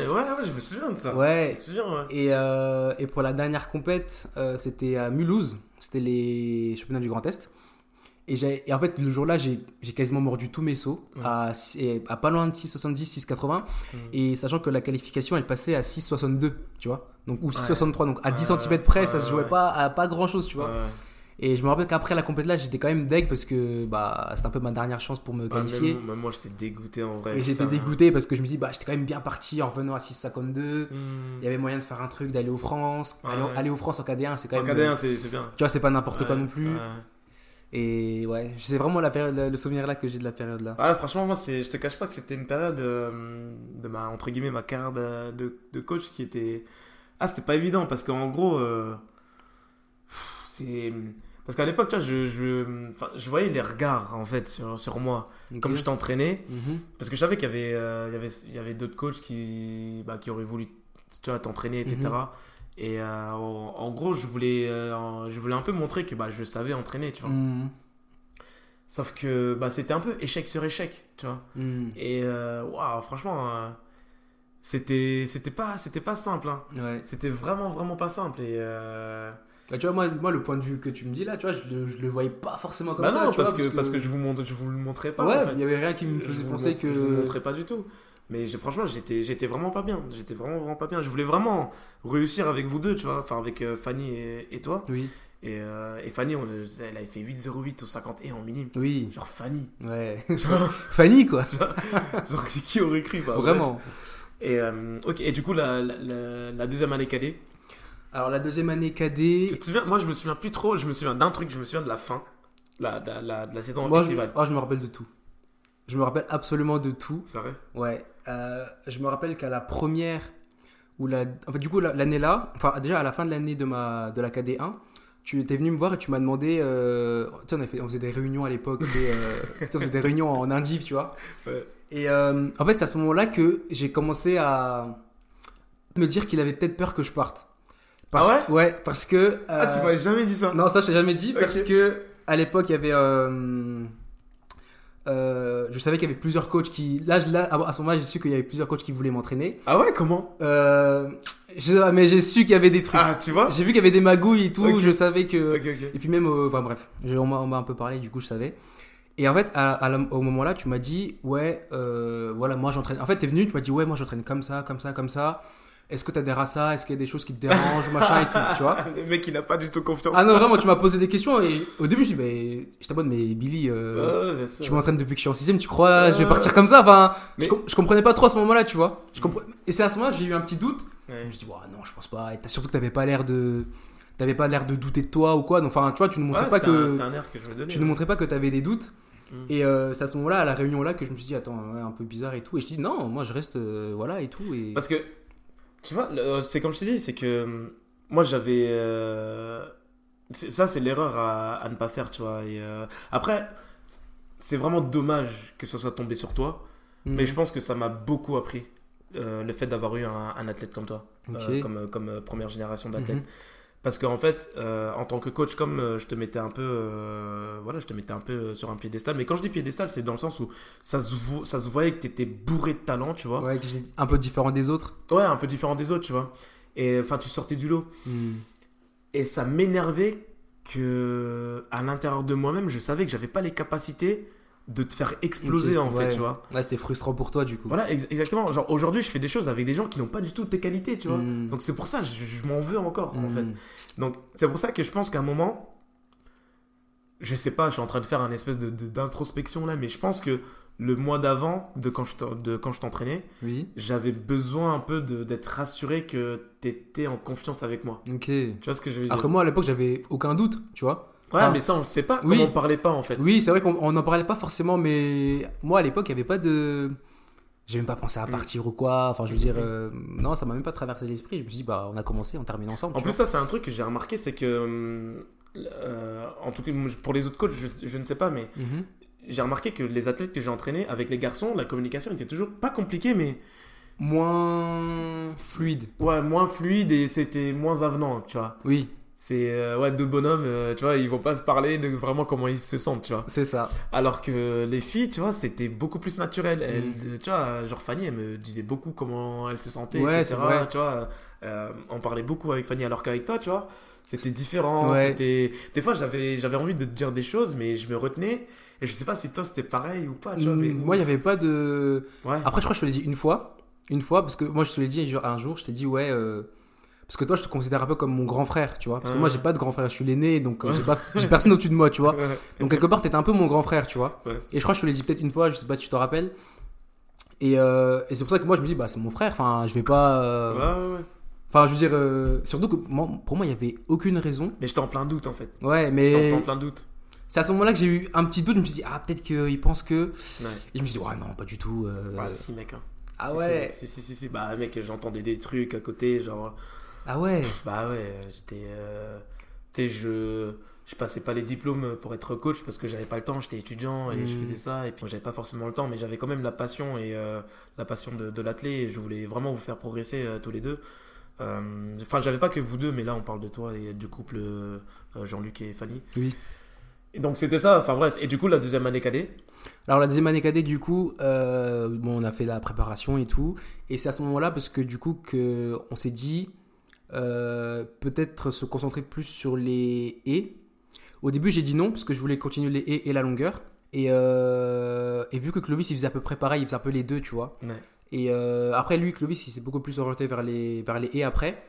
S1: ouais, ouais, je me souviens de ça. Je
S2: Ouais.
S1: me souviens, ouais.
S2: Et, euh, et pour la dernière compète, euh, c'était à Mulhouse, c'était les championnats du Grand Est. Et, j'ai- et en fait, le jour-là, j'ai j'ai quasiment mordu tous mes sauts,
S1: Ouais.
S2: à, six- et à pas loin de 6,70, 6,80.
S1: Mm.
S2: Et sachant que la qualification, elle passait à 6,62, tu vois, donc, ou 6,63, donc à 10
S1: Ouais,
S2: cm près,
S1: ouais,
S2: ça se
S1: ouais,
S2: jouait
S1: ouais.
S2: pas à pas grand-chose, tu vois.
S1: Ouais.
S2: Et je me rappelle qu'après la compète là, j'étais quand même deg parce que bah, c'était un peu ma dernière chance pour me
S1: Ah, même
S2: qualifier.
S1: moi- même moi, j'étais dégoûté en vrai.
S2: et j'étais
S1: putain.
S2: dégoûté parce que je me dis, bah, j'étais quand même bien parti en revenant à 6,52.
S1: Hmm.
S2: Il y avait moyen de faire un truc, d'aller aux France.
S1: Ouais.
S2: Aller, aller aux France en KD1, c'est quand
S1: En
S2: même.
S1: KD1, c'est c'est bien.
S2: Tu vois, c'est pas n'importe quoi
S1: Ouais,
S2: non plus.
S1: ouais.
S2: Et ouais, c'est vraiment la période, le souvenir là que j'ai de la période là.
S1: Ah, franchement, moi, c'est- je te cache pas que c'était une période euh, de ma, entre guillemets, ma carrière de, de- de coach qui était. Ah, c'était pas évident parce qu'en gros, euh, pff, c'est. Parce qu'à l'époque, tu vois, je, je, enfin, je voyais les regards en fait sur, sur moi. Comme
S2: Ok.
S1: je t'entraînais,
S2: euh, Mhm.
S1: Parce que je savais qu'il y avait, euh, il y avait, il y avait d'autres coachs qui, bah, qui auraient voulu tu vois, t'entraîner, etc.
S2: Mhm.
S1: Et euh, en, en gros, je voulais, euh, en- je voulais un peu montrer que bah, je savais entraîner, tu vois.
S2: Mhm.
S1: Sauf que bah, c'était un peu échec sur échec, tu vois.
S2: Mhm.
S1: Et euh, waouh, franchement, euh, c'était, c'était pas, c'était pas simple. hein.
S2: Ouais.
S1: C'était vraiment, vraiment pas simple. Et euh,
S2: Bah, tu vois, moi, moi, le point de vue que tu me dis là, tu vois, je le, je le voyais pas forcément comme
S1: bah
S2: ça.
S1: non,
S2: tu
S1: parce,
S2: vois,
S1: que, parce que je vous montre, je vous le montrais pas. en
S2: Ouais,
S1: fait.
S2: il y avait rien qui me
S1: Je
S2: faisait
S1: vous
S2: penser
S1: mon- Euh, Je vous
S2: que.
S1: montrais pas du tout. Mais j'ai- franchement, j'étais, j'étais vraiment pas bien. J'étais vraiment, vraiment pas bien. Je voulais vraiment réussir avec vous deux, tu vois. Enfin, avec euh, Fanny et, et toi.
S2: Oui,
S1: Et, euh, et Fanny, on, elle avait fait 8,08 au 50 et en minime.
S2: oui,
S1: Genre Fanny.
S2: ouais.
S1: Genre,
S2: Fanny quoi,
S1: Ah genre, c'est qui aurait cru, bah,
S2: vraiment.
S1: bref. Et, euh, ok, et du coup, la, la- la- la deuxième année cadet.
S2: Alors la deuxième année
S1: Tu
S2: KD.
S1: te souviens Moi, je me souviens plus trop. Je me souviens d'un truc. Je me souviens de la fin. La, la, la- de la saison
S2: Moi, je,
S1: estivale.
S2: oh, je me rappelle de tout. Je me rappelle absolument de tout.
S1: C'est vrai
S2: Ouais, euh, je me rappelle qu'à la première, ou la... en fait, du coup, la- l'année là, enfin, déjà à la fin de l'année de, ma... de la KD1, tu étais venu me voir et tu m'as demandé. euh, Tu sais, on, a fait- on faisait des réunions à l'époque, tu sais, euh, tu sais, on faisait des réunions en indiv, tu vois.
S1: Ouais.
S2: Et euh, en fait, c'est à ce moment-là que j'ai commencé à me dire qu'il avait peut-être peur que je parte. Parce...
S1: Ah
S2: Ouais, parce que. euh,
S1: Ah, tu m'avais jamais dit ça
S2: non, ça je t'ai jamais dit
S1: Ok.
S2: parce que à l'époque il y avait. euh, euh, je savais qu'il y avait plusieurs coachs qui. Là, je- là, à ce moment-là, j'ai su qu'il y avait plusieurs coachs qui voulaient m'entraîner.
S1: Ah ouais, comment
S2: Euh, je sais pas, mais j'ai su qu'il y avait des trucs.
S1: Ah, tu vois
S2: J'ai vu qu'il y avait des magouilles et tout.
S1: Ok.
S2: Je savais que.
S1: Ok, ok.
S2: Et puis même, euh, enfin bref, je- on m'a on m'a un peu parlé, du coup je savais. Et en fait, à- à la- au moment-là, tu m'as dit, ouais, euh, voilà, moi j'entraîne. En fait, t'es venu, tu m'as dit, ouais, moi j'entraîne comme ça, comme ça, comme ça. Est-ce que t'adhères à ça Est-ce qu'il y a des choses qui te dérangent, machin et tout, tu vois
S1: Le mec, il n'a pas du tout confiance.
S2: ah non, vraiment, tu m'as posé des questions et au début, je me suis dit, mais je t'abonne, mais Billy, euh,
S1: Ouais, bien sûr.
S2: je m'entraîne depuis que je suis en 6 tu crois, je vais
S1: Euh,
S2: partir comme ça Enfin,
S1: mais- Mm.
S2: je, com- je comprenais pas trop à ce moment-là, tu vois. Je compre- Et c'est à ce moment-là, j'ai eu un petit doute. Je
S1: Ouais.
S2: me suis dit, Ouah, non, je pense pas. Et t'as- surtout que t'avais pas l'air de. T'avais pas l'air de douter de toi ou quoi. Donc, Enfin, tu vois, tu nous montrais
S1: Ouais,
S2: pas
S1: c'était un-
S2: que.
S1: c'était un air que je me donnais.
S2: Tu nous montrais pas que t'avais des doutes.
S1: Mm.
S2: Et euh, c'est à ce moment-là, à la réunion là, que je me suis dit, attends, ouais, un peu bizarre et tout. Et je dis, non, moi je reste, euh, voilà et tout. Et...
S1: Parce que, tu vois, le- c'est comme je t'ai dit, c'est que euh, moi j'avais. euh, C'est- Ça, c'est l'erreur à, à ne pas faire, tu vois. Et, euh, Après, c'est vraiment dommage que ce soit tombé sur toi,
S2: Mhm. Mm.
S1: mais je pense que ça m'a beaucoup appris, euh, le fait d'avoir eu un, un athlète comme toi, euh,
S2: Ok.
S1: comme, euh, comme euh, première génération d'athlète.
S2: Mhm.
S1: Parce qu'en fait, euh, en tant que coach, comme euh, je te mettais un peu, euh, voilà, je te mettais un peu euh, sur un piédestal. Mais quand je dis piédestal, c'est dans le sens où ça se, vo- ça se voyait que t'étais bourré de talent, tu vois. Ouais.
S2: Ouais, que j'ai un peu différent des autres.
S1: un peu différent des autres, tu vois. Et enfin, tu sortais du lot.
S2: Hmm.
S1: Et ça m'énervait que, à l'intérieur de moi-même, je savais que j'avais pas les capacités de te faire exploser,
S2: Ok,
S1: en fait,
S2: ouais.
S1: tu vois.
S2: Ouais, c'était frustrant pour toi du coup.
S1: Voilà, ex- exactement. Genre aujourd'hui, je fais des choses avec des gens qui n'ont pas du tout tes qualités, tu vois.
S2: Hmm.
S1: Donc c'est pour ça, je, je m'en veux encore, en
S2: Hmm.
S1: fait. Donc, c'est pour ça que je pense qu'à un moment, je sais pas, je suis en train de faire un espèce de- de- d'introspection là, mais je pense que le mois d'avant, de quand je t'en- de quand je t'entraînais,
S2: Oui.
S1: j'avais besoin un peu de- d'être rassuré que t'étais en confiance avec moi.
S2: Ok.
S1: Tu vois ce que je veux dire
S2: Alors que moi à l'époque j'avais aucun doute, tu vois.
S1: Ouais,
S2: ah.
S1: mais ça on le sait pas,
S2: Oui.
S1: comme on parlait pas en fait.
S2: Oui, c'est vrai qu'on on en parlait pas forcément, mais moi à l'époque, il n'y avait pas de. J'ai même pas pensé à
S1: Mm.
S2: partir ou quoi. Enfin, je veux dire,
S1: Mm.
S2: euh, non, ça m'a même pas traversé l'esprit. Je me suis dit, bah, on a commencé, on termine ensemble.
S1: En
S2: tu
S1: plus,
S2: vois.
S1: ça c'est un truc que j'ai remarqué, c'est que. hum, euh, en tout cas, pour les autres coachs, je- je ne sais pas, mais
S2: Mhm.
S1: j'ai remarqué que les athlètes que j'ai entraînés avec les garçons, la communication était toujours pas compliquée, mais
S2: moins fluide.
S1: Ouais, moins fluide et c'était moins avenant, tu vois.
S2: Oui,
S1: C'est euh, ouais, deux bonhommes, euh, tu vois, ils vont pas se parler de vraiment comment ils se sentent, tu vois.
S2: c'est ça.
S1: Alors que les filles, tu vois, c'était beaucoup plus naturel. Elles,
S2: Mm.
S1: euh, Tu vois, genre Fanny, elle me disait beaucoup comment elle se sentait,
S2: Ouais,
S1: etc.
S2: c'est vrai.
S1: Tu vois, euh, on parlait beaucoup avec Fanny, alors qu'avec toi, tu vois, c'était différent.
S2: Ouais.
S1: C'était... Des fois, j'avais, j'avais envie de te dire des choses, mais je me retenais. Et je sais pas si toi, c'était pareil ou pas, Ah, tu vois. Mais,
S2: Mm, Moi, il n'y avait pas de.
S1: ouais.
S2: Après, je crois que je te l'ai dit une fois. Une fois, parce que moi, je te l'ai dit genre, un jour, je t'ai dit, ouais. euh, Parce que toi, je te considère un peu comme mon grand frère, tu vois. Parce que
S1: Ouais.
S2: moi, j'ai pas de grand frère, je suis l'aîné, donc euh, j'ai pas- j'ai personne au-dessus de moi, tu vois. Donc, quelque part, t'étais un peu mon grand frère, tu vois.
S1: Ouais.
S2: Et je crois que je te l'ai dit peut-être une fois, je sais pas si tu te rappelles. Et, euh, et c'est pour ça que moi, je me dis, bah, c'est mon frère, enfin, je vais pas. euh,
S1: Ouais, ouais, ouais.
S2: Enfin, je veux dire, euh, surtout que moi- pour moi, il y avait aucune raison.
S1: Mais j'étais en plein doute, en fait.
S2: Ouais,
S1: J'étais en
S2: mais
S1: plein- plein doute.
S2: c'est à ce moment-là que j'ai eu un petit doute. Je me suis dit, ah, peut-être qu'il pense que.
S1: Ouais.
S2: Et je me suis dit, ouais, non, pas du tout. euh,
S1: Ah, si, mec. hein.
S2: Ah
S1: Si,
S2: ouais,
S1: Si, si, si, si. Bah, mec, j'entendais des trucs à côté, genre.
S2: ah ouais.
S1: Bah ouais, euh, j'étais. euh, Tu sais, je. Je passais pas les diplômes pour être coach parce que j'avais pas le temps, j'étais étudiant et je
S2: Mm.
S1: faisais ça. Et puis j'avais pas forcément le temps, mais j'avais quand même la passion et euh, la passion de, de l'athlète. Et je voulais vraiment vous faire progresser euh, tous les deux. Euh, Enfin, j'avais pas que vous deux, mais là on parle de toi et du couple euh, euh, Jean-Luc et Fanny.
S2: Oui.
S1: Et donc c'était ça, enfin bref. Et du coup, la deuxième année cadet.
S2: Alors la deuxième année cadet, du coup, euh, bon, on a fait la préparation et tout, et c'est à ce moment-là parce que du coup que on s'est dit euh, peut-être se concentrer plus sur les et. Au début, j'ai dit non parce que je voulais continuer les et et la longueur. Et, euh, et vu que Clovis il faisait à peu près pareil, il faisait un peu les deux, tu vois.
S1: Ouais.
S2: Et euh, après lui, Clovis, il s'est beaucoup plus orienté vers les vers les et après.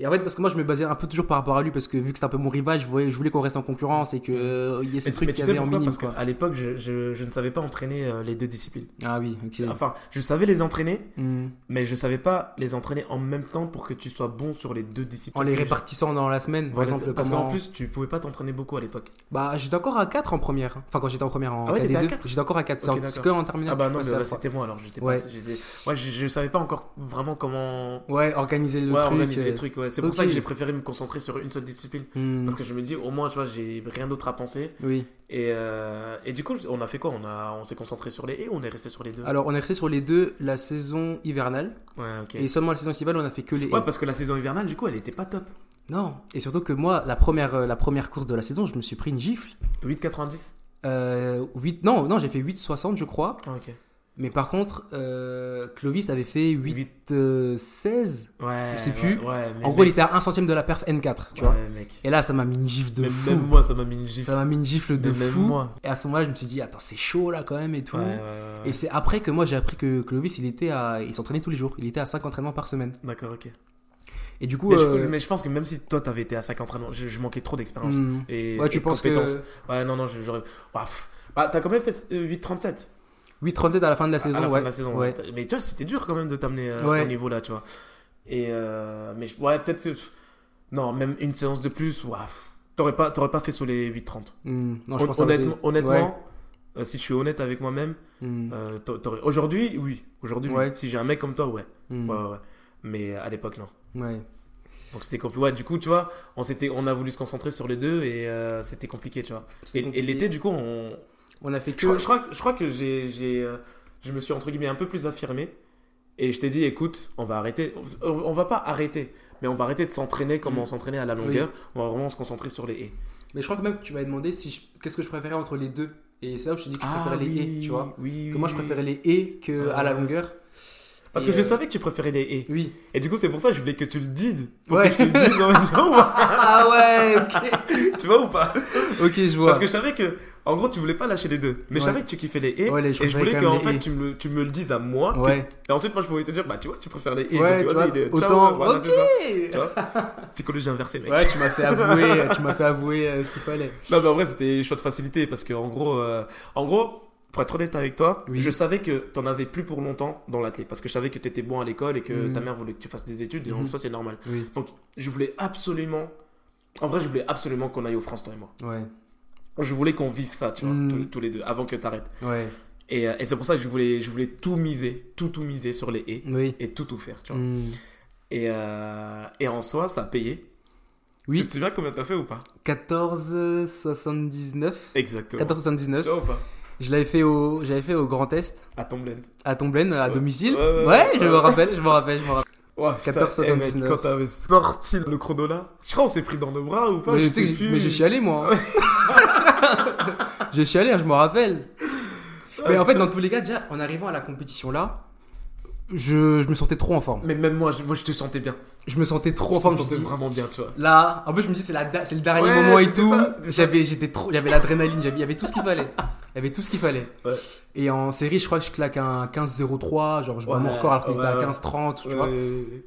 S2: Et en fait, parce que moi, je me basais un peu toujours par rapport à lui parce que vu que c'était un peu mon rival, je voulais, je voulais qu'on reste en concurrence et que euh, il y ait ce
S1: Mais tu-
S2: truc
S1: mais tu
S2: qu'il y
S1: sais
S2: avait en
S1: pourquoi
S2: minime.
S1: Parce
S2: quoi.
S1: qu'à l'époque, je, je- je ne savais pas entraîner euh, les deux disciplines.
S2: Ah oui, ok.
S1: Enfin, je savais les entraîner,
S2: Hmm.
S1: mais je savais pas les entraîner en même temps pour que tu sois bon sur les deux disciplines.
S2: En les
S1: Parce que
S2: répartissant dans la semaine,
S1: j'ai-
S2: par
S1: Voilà,
S2: exemple.
S1: c'est- parce
S2: comment-
S1: qu'en plus, tu pouvais pas t'entraîner beaucoup à l'époque.
S2: Bah, j'étais encore à 4 en première. hein. Enfin, quand j'étais en première, en
S1: Ah ouais, t'étais à
S2: KD2,
S1: quatre
S2: j'étais encore à 4.
S1: Ok,
S2: parce que
S1: d'accord.
S2: en terminale,
S1: Ah bah
S2: je
S1: non, mais
S2: passais à
S1: bah,
S2: trois.
S1: c'était moi alors. J'étais
S2: Ouais.
S1: pas, j'étais- ouais, je, je savais pas encore vraiment comment
S2: Ouais, organiser le
S1: ouais,
S2: truc.
S1: organiser
S2: euh,
S1: les trucs. ouais. C'est pour
S2: ok.
S1: ça que j'ai préféré me concentrer sur une seule discipline.
S2: hmm,
S1: Parce que je me dis, au moins, tu vois, j'ai rien d'autre à penser.
S2: Oui.
S1: Et, euh, et du coup, on a fait quoi On, a- on s'est concentré sur les et ou on est resté sur les deux
S2: Alors, on est resté sur les deux la saison hivernale.
S1: Ouais, ok.
S2: Et seulement la saison estivale, on a fait que les.
S1: Ouais, bah- parce que la saison hivernale, du coup, elle était pas top.
S2: Non. Et surtout que moi, la première, euh, la première course de la saison, je me suis pris une gifle.
S1: 8,90
S2: Euh, 8... Non, non, j'ai fait 8,60, je crois.
S1: Ah, ok.
S2: Mais par contre, euh, Clovis avait fait 8,16.
S1: Huit. Ouais.
S2: Je sais
S1: ouais,
S2: plus.
S1: Ouais, mais
S2: en gros, il
S1: mec,
S2: était à 1 centième de la perf N4, tu vois.
S1: Ouais, mec.
S2: Et là, ça m'a mis une gifle de
S1: Même,
S2: fou.
S1: même moi, ça m'a mis une gifle.
S2: Ça m'a mis une gifle de
S1: Mais même
S2: fou.
S1: moi.
S2: Et à ce moment-là, je me suis dit, attends, c'est chaud là quand même et tout.
S1: Ouais, ouais, ouais, ouais.
S2: Et c'est après que moi j'ai appris que Clovis, il était à, il s'entraînait tous les jours. Il était à 5 entraînements par semaine.
S1: D'accord, ok.
S2: Et du coup,
S1: Mais, je,
S2: euh,
S1: mais je pense que même si toi, t'avais été à 5 entraînements, je, je manquais trop d'expérience.
S2: hmm,
S1: Et,
S2: ouais, tu
S1: et de
S2: penses que
S1: compétences. Ouais, non, non, je- j'aurais. Ouah, pff. Bah, t'as quand même fait euh, 8,37
S2: 8,37 à la fin de la
S1: à
S2: saison,
S1: la fin
S2: ouais.
S1: de la saison.
S2: ouais.
S1: ouais. Mais tu vois, c'était dur quand même de t'amener euh,
S2: Ouais.
S1: au niveau là, tu vois. Et euh, mais je- ouais, peut-être. que- Non, même une séance de plus, ouah, pff. T'aurais pas, t'aurais pas fait sur les 8,30.
S2: Hmm, non, je
S1: Hon-
S2: pense à
S1: honnêtement,
S2: des-
S1: honnêtement
S2: ouais,
S1: euh, si je suis honnête avec moi-même,
S2: hmm,
S1: euh, t'a- t'aurais- aujourd'hui, oui. Aujourd'hui, oui.
S2: Ouais.
S1: si j'ai un mec comme toi, ouais.
S2: hmm,
S1: Ouais, ouais, ouais. Mais à l'époque, non.
S2: ouais.
S1: Donc c'était compliqué. Ouais, du coup, tu vois, on, s'était- on a voulu se concentrer sur les deux et euh, c'était compliqué, tu vois. Et,
S2: C'était
S1: et
S2: compliqué.
S1: l'été, du coup, on.
S2: On a fait
S1: Je, crois-
S2: que.
S1: je crois, que- je crois que j'ai, j'ai, euh, je me suis entre guillemets un peu plus affirmé et je t'ai dit, écoute, on va arrêter. On, on va pas arrêter, mais on va arrêter de s'entraîner comme
S2: Mm.
S1: on s'entraînait à la longueur. On va vraiment se concentrer sur les haies.
S2: Mais je crois que même que tu m'avais demandé si je- qu'est-ce que je préférais entre les deux. Et c'est là où je t'ai dit que je préférais les et, tu vois.
S1: Ah Oui,
S2: Que moi je préférais les et que
S1: Ah.
S2: à la longueur.
S1: Parce
S2: Et,
S1: que je
S2: euh,
S1: savais que tu préférais les haies.
S2: Oui.
S1: Et du coup, c'est pour ça que je voulais que tu le dises. Pour
S2: Ouais.
S1: que je te le dise en même temps,
S2: Ah ouais, ok.
S1: tu vois ou pas
S2: ok, je vois.
S1: Parce que je savais que, en gros, tu voulais pas lâcher les deux. Mais je
S2: Ouais.
S1: savais que tu kiffais les haies.
S2: Ouais, les- je
S1: et je
S2: préférais
S1: voulais
S2: quand
S1: que,
S2: même
S1: en
S2: les
S1: fait, tu
S2: haies.
S1: me, le- tu me le dises à moi. que-
S2: Ouais.
S1: Et ensuite, moi, je pouvais te dire, bah, tu vois, tu préfères les haies.
S2: Ouais,
S1: donc,
S2: tu
S1: vois,
S2: vois,
S1: dis, ciao,
S2: autant.
S1: voilà,
S2: ok.
S1: c'est ça. Tu vois Psychologie inversée, mec.
S2: Ouais, tu m'as fait avouer, tu m'as fait avouer euh, ce qu'il fallait.
S1: Non, mais en vrai, c'était choix de facilité parce que, en gros, euh, en gros, pour être honnête avec toi,
S2: Oui.
S1: je savais que t'en avais plus pour longtemps dans l'athlé parce que je savais que t'étais bon à l'école et que
S2: Mhm.
S1: ta mère voulait que tu fasses des études et en
S2: Mhm.
S1: soi, c'est normal.
S2: Oui.
S1: Donc, je voulais absolument, en vrai, je voulais absolument qu'on aille au France, toi et moi.
S2: Ouais.
S1: Je voulais qu'on vive ça, tu vois,
S2: Mhm.
S1: tous, tous les deux, avant que t'arrêtes.
S2: Ouais.
S1: Et, euh, et c'est pour ça que je voulais, je voulais tout miser, tout, tout miser sur les haies
S2: Oui.
S1: et tout, tout faire, tu vois.
S2: Hmm.
S1: Et, euh, et en soi, ça a payé.
S2: Oui.
S1: Tu te souviens combien t'as fait ou pas
S2: 1479.
S1: Exactement.
S2: 1479.
S1: Tu vois ou pas
S2: Je l'avais fait au, j'avais fait au Grand Est,
S1: À ton blend.
S2: à Tomblaine, à
S1: Ouais.
S2: domicile.
S1: Ouais, ouais,
S2: Ouais,
S1: ouais,
S2: je
S1: ouais.
S2: me rappelle, je me rappelle, je me rappelle.
S1: Ouais,
S2: 14,79.
S1: putain, eh, mec, Quand t'avais sorti le chrono là, je crois qu'on s'est pris dans nos bras ou pas
S2: mais, je sais que j'ai-
S1: plus.
S2: mais j'ai chialé moi. hein. j'ai chialé, hein, je me rappelle.
S1: Ouais,
S2: Mais en fait,
S1: putain.
S2: dans tous les cas, déjà, en arrivant à la compétition là, je, je me sentais trop en forme.
S1: Mais même moi, je, moi, je te sentais bien.
S2: Je me sentais trop en
S1: je te
S2: forme. je me
S1: sentais
S2: dis,
S1: vraiment bien, tu vois.
S2: Là, en plus, je me dis, c'est la da- c'est le dernier
S1: Ouais,
S2: moment et
S1: c'était
S2: tout.
S1: ça, c'était ça.
S2: J'avais, j'étais trop, il y avait l'adrénaline, j'avais- il y avait tout ce qu'il fallait. Il y avait tout ce qu'il fallait.
S1: Ouais.
S2: Et en série, je crois que je claque un 15-03, genre je bats mon
S1: Ouais,
S2: record alors qu'on
S1: ouais,
S2: était à
S1: ouais.
S2: 15-30, tu
S1: Ouais,
S2: vois.
S1: ouais, ouais.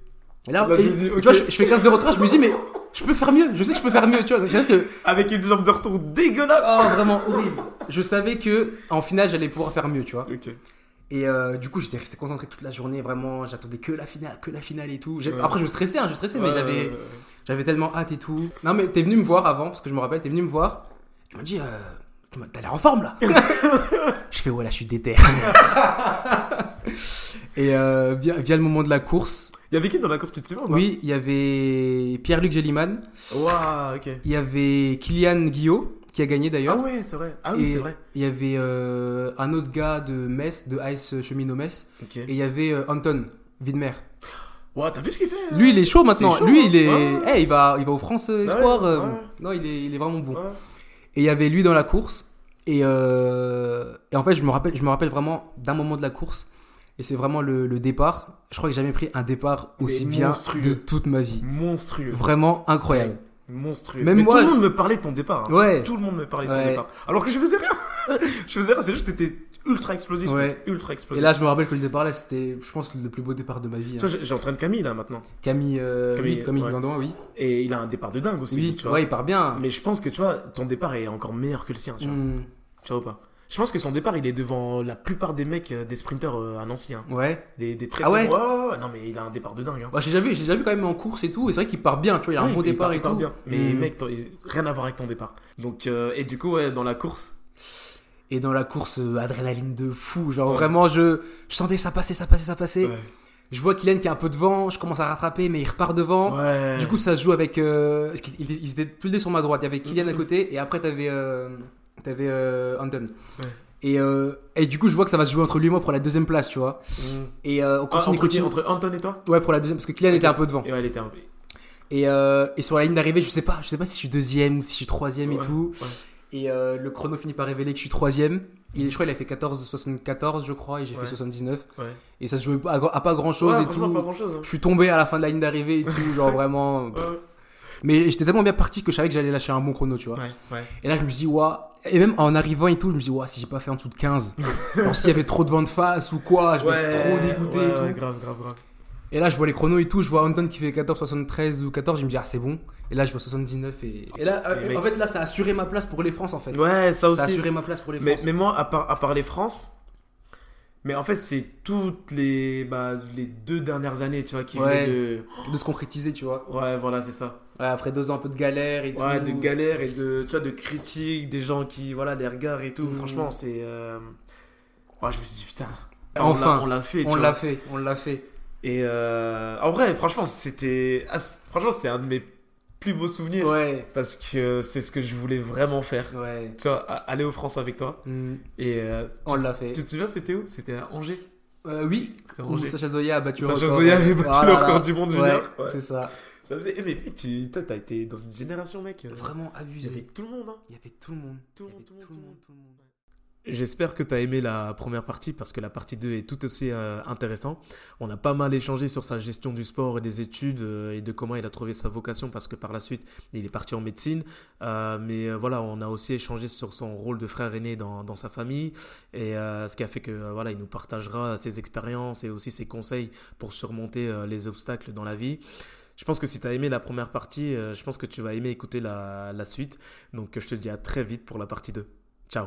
S2: Et là,
S1: Là, je
S2: et-
S1: me dis,
S2: tu
S1: ok.
S2: vois, je, je fais 15-03, je me dis, mais je peux faire mieux, je sais que je peux faire mieux, tu vois. C'est vrai que,
S1: Avec une jambe de retour dégueulasse.
S2: oh, vraiment horrible. Je savais que, en finale, j'allais pouvoir faire mieux, tu vois.
S1: Ok.
S2: Et euh, du coup, j'étais resté concentré toute la journée, vraiment, j'attendais que la finale, que la finale et tout. J'ai-
S1: Ouais.
S2: Après, je stressais, hein, je stressais, mais
S1: Ouais,
S2: j'avais.
S1: ouais, ouais.
S2: J'avais tellement hâte et tout. Non, mais t'es venu me voir avant, parce que je me rappelle, t'es venu me voir. Tu m'as dit, euh, tu m'as- t'as l'air en forme là. je fais, ouais, là, je suis déter. et euh, via, via le moment de la course,
S1: Il y avait qui dans la course, tu te souviens ou pas
S2: oui, il y avait Pierre-Luc Géliman,
S1: Waouh, ok.
S2: il y avait Kylian Guillot, qui a gagné
S1: Ah
S2: d'ailleurs.
S1: ouais, c'est vrai. Ah oui,
S2: Et
S1: c'est vrai.
S2: Il y avait euh, un autre gars de Metz, de AS Cheminot Metz,
S1: Ok.
S2: et il y avait euh, Anton Widmer.
S1: Ouah, t'as vu ce qu'il fait euh
S2: Lui, il est chaud maintenant.
S1: chaud,
S2: Lui,
S1: hein.
S2: il est.
S1: Ouais, ouais. Bah
S2: Eh, il, va, il va au France euh, Espoir.
S1: ouais,
S2: euh,
S1: ouais.
S2: Non, il est, il est vraiment bon.
S1: Ouais.
S2: Et il y avait lui dans la course. Et, euh, et en fait, je me rappelle, je me rappelle vraiment d'un moment de la course. Et c'est vraiment le, le départ. Je crois que j'ai jamais pris un départ
S1: Mais
S2: aussi bien
S1: monstrueux.
S2: de toute ma vie.
S1: Monstrueux.
S2: Vraiment incroyable.
S1: Monstrueux.
S2: Même
S1: Mais
S2: moi,
S1: tout le monde me parlait de ton départ. hein.
S2: Ouais.
S1: Tout le monde me parlait de ton
S2: Ouais.
S1: départ. Alors que je faisais rien. je faisais rien, c'est juste que t'étais ultra explosif.
S2: Ouais.
S1: mec, Ultra
S2: Et
S1: explosif.
S2: là, je me rappelle que le départ là, c'était, je pense, le plus beau départ de ma vie. hein.
S1: Tu vois, j'ai- j'entraîne Camille là maintenant.
S2: Camille, euh,
S1: Camille,
S2: oui, Camille
S1: ouais.
S2: Glandon, oui.
S1: Et il a un départ de dingue aussi.
S2: Oui,
S1: tu vois.
S2: ouais, il part bien.
S1: Mais je pense que tu vois, ton départ est encore meilleur que le sien. Tu vois,
S2: Hmm.
S1: Tu vois ou pas Je pense que son départ, il est devant la plupart des mecs, euh, des sprinters euh, à Nancy. hein.
S2: Hum, Ouais.
S1: Des, des très
S2: Ah
S1: très-
S2: ouais
S1: Non, mais il a un départ de dingue. hein.
S2: Bah, j'ai déjà vu, j'ai déjà vu quand même en course et tout. Et c'est vrai qu'il part bien. Tu vois, il a
S1: Ouais,
S2: un bon
S1: il part-
S2: départ
S1: il
S2: et
S1: part
S2: tout.
S1: bien. Mais
S2: Hmm.
S1: mec, ton- il- rien à voir avec ton départ. Donc, euh, et du coup, ouais, dans la course.
S2: Et dans la course, euh, adrénaline de fou. Genre
S1: Ouais.
S2: vraiment, je, je sentais ça passer, ça passer, ça passer.
S1: Ouais.
S2: Je vois Kylian qui a un peu devant, je commence à rattraper, mais il repart devant.
S1: Ouais.
S2: Du coup, ça se joue avec. Euh, parce qu'ils étaient- ils étaient tous les deux sur ma droite. Il y avait Kylian à côté, et après, t'avais euh, t'avais, euh, Anton.
S1: Ouais.
S2: Et, euh, et du coup, je vois que ça va se jouer entre lui et moi pour la deuxième place, tu vois.
S1: Hmm.
S2: Et euh, on
S1: Ah,
S2: continue,
S1: entre, qui
S2: continue.
S1: Entre Anton et toi
S2: Ouais, pour la deuxième, parce que Kylian était un peu devant.
S1: Et ouais, elle était un peu.
S2: Et, euh, et sur la ligne d'arrivée, je sais pas, je sais pas si je suis deuxième ou si je suis troisième
S1: Ouais,
S2: et tout.
S1: ouais.
S2: Et euh, le chrono finit par révéler que je suis troisième. Il, je crois qu'il a fait 14,74, je crois, et j'ai
S1: Ouais.
S2: fait 79.
S1: Ouais.
S2: Et ça se jouait à, à pas grand chose
S1: Ouais,
S2: et
S1: franchement,
S2: tout.
S1: pas hein. grand chose.
S2: Je suis tombé à la fin de la ligne d'arrivée et tout, genre vraiment. Mais j'étais tellement bien parti que je savais que j'allais lâcher un bon chrono, tu vois.
S1: Ouais, ouais.
S2: Et là, je me dis, waouh. Et même en arrivant et tout, je me dis, waouh, si j'ai pas fait en dessous de 15. Genre, s'il y avait trop de vent de face ou
S1: Ah,
S2: quoi, je vais être trop dégoûté
S1: ouais,
S2: et tout.
S1: ouais, grave, grave, grave.
S2: Et là, je vois les chronos et tout, je vois Anton qui fait 14,73 ou 14, je me dis, ah, c'est bon. Et là, je vois 79 et. Et là,
S1: Mais
S2: euh, en fait, là, ça a assuré ma place pour les France, en fait.
S1: Ouais, ça
S2: ça a
S1: aussi.
S2: assuré ma place pour les
S1: mais,
S2: France.
S1: mais moi, à part, à part les France, mais en fait, c'est toutes les, bah, les deux dernières années, tu vois, qui
S2: Ouais.
S1: venaient de.
S2: De se concrétiser, tu vois.
S1: Ouais, voilà, c'est ça.
S2: Ouais, après deux ans un peu de galère et
S1: Ouais,
S2: tout.
S1: de galères et de, tu vois, de critiques, des gens qui, voilà, des regards et tout.
S2: Mm.
S1: Franchement, c'est. euh, Ouais, je me suis dit, putain.
S2: Enfin,
S1: on l'a- on l'a fait, tu
S2: On
S1: vois.
S2: l'a fait, on l'a fait.
S3: Et euh, en vrai, franchement, c'était ah, c- franchement c'était un de mes plus beaux souvenirs
S2: Ouais.
S3: parce que c'est ce que je voulais vraiment faire.
S2: Ouais.
S3: Tu vois, a- aller aux France avec toi.
S2: Mm.
S3: Et euh,
S2: On
S3: tu-
S2: l'a fait.
S3: Tu te souviens, c'était où C'était à Angers.
S2: Euh, oui.
S3: C'était à
S2: Où
S3: Angers.
S2: Sacha Zoya a battu le
S3: Sacha
S2: record.
S3: Zoya avait battu
S2: Ah
S3: le
S2: là là.
S3: record du monde junior.
S2: Ouais,
S3: Ouais.
S2: c'est ça.
S3: Ça faisait. eh, mais mec, tu toi, t'as été dans une génération, mec.
S2: Vraiment
S3: Il y avait
S2: abusé.
S3: tout le monde, hein.
S2: Il y avait tout le monde.
S3: Tout le
S2: Il y
S3: monde, tout le monde, tout
S2: avait
S3: le monde.
S2: tout le monde.
S1: J'espère que tu as aimé la première partie parce que la partie 2 est tout aussi euh, intéressant. On a pas mal échangé sur sa gestion du sport et des études euh, et de comment il a trouvé sa vocation parce que par la suite il est parti en médecine. Euh, mais euh, voilà, on a aussi échangé sur son rôle de frère aîné dans, dans sa famille et euh, ce qui a fait que euh, voilà, il nous partagera ses expériences et aussi ses conseils pour surmonter euh, les obstacles dans la vie. Je pense que si tu as aimé la première partie, euh, je pense que tu vas aimer écouter la, la suite. Donc je te dis à très vite pour la partie 2. Ciao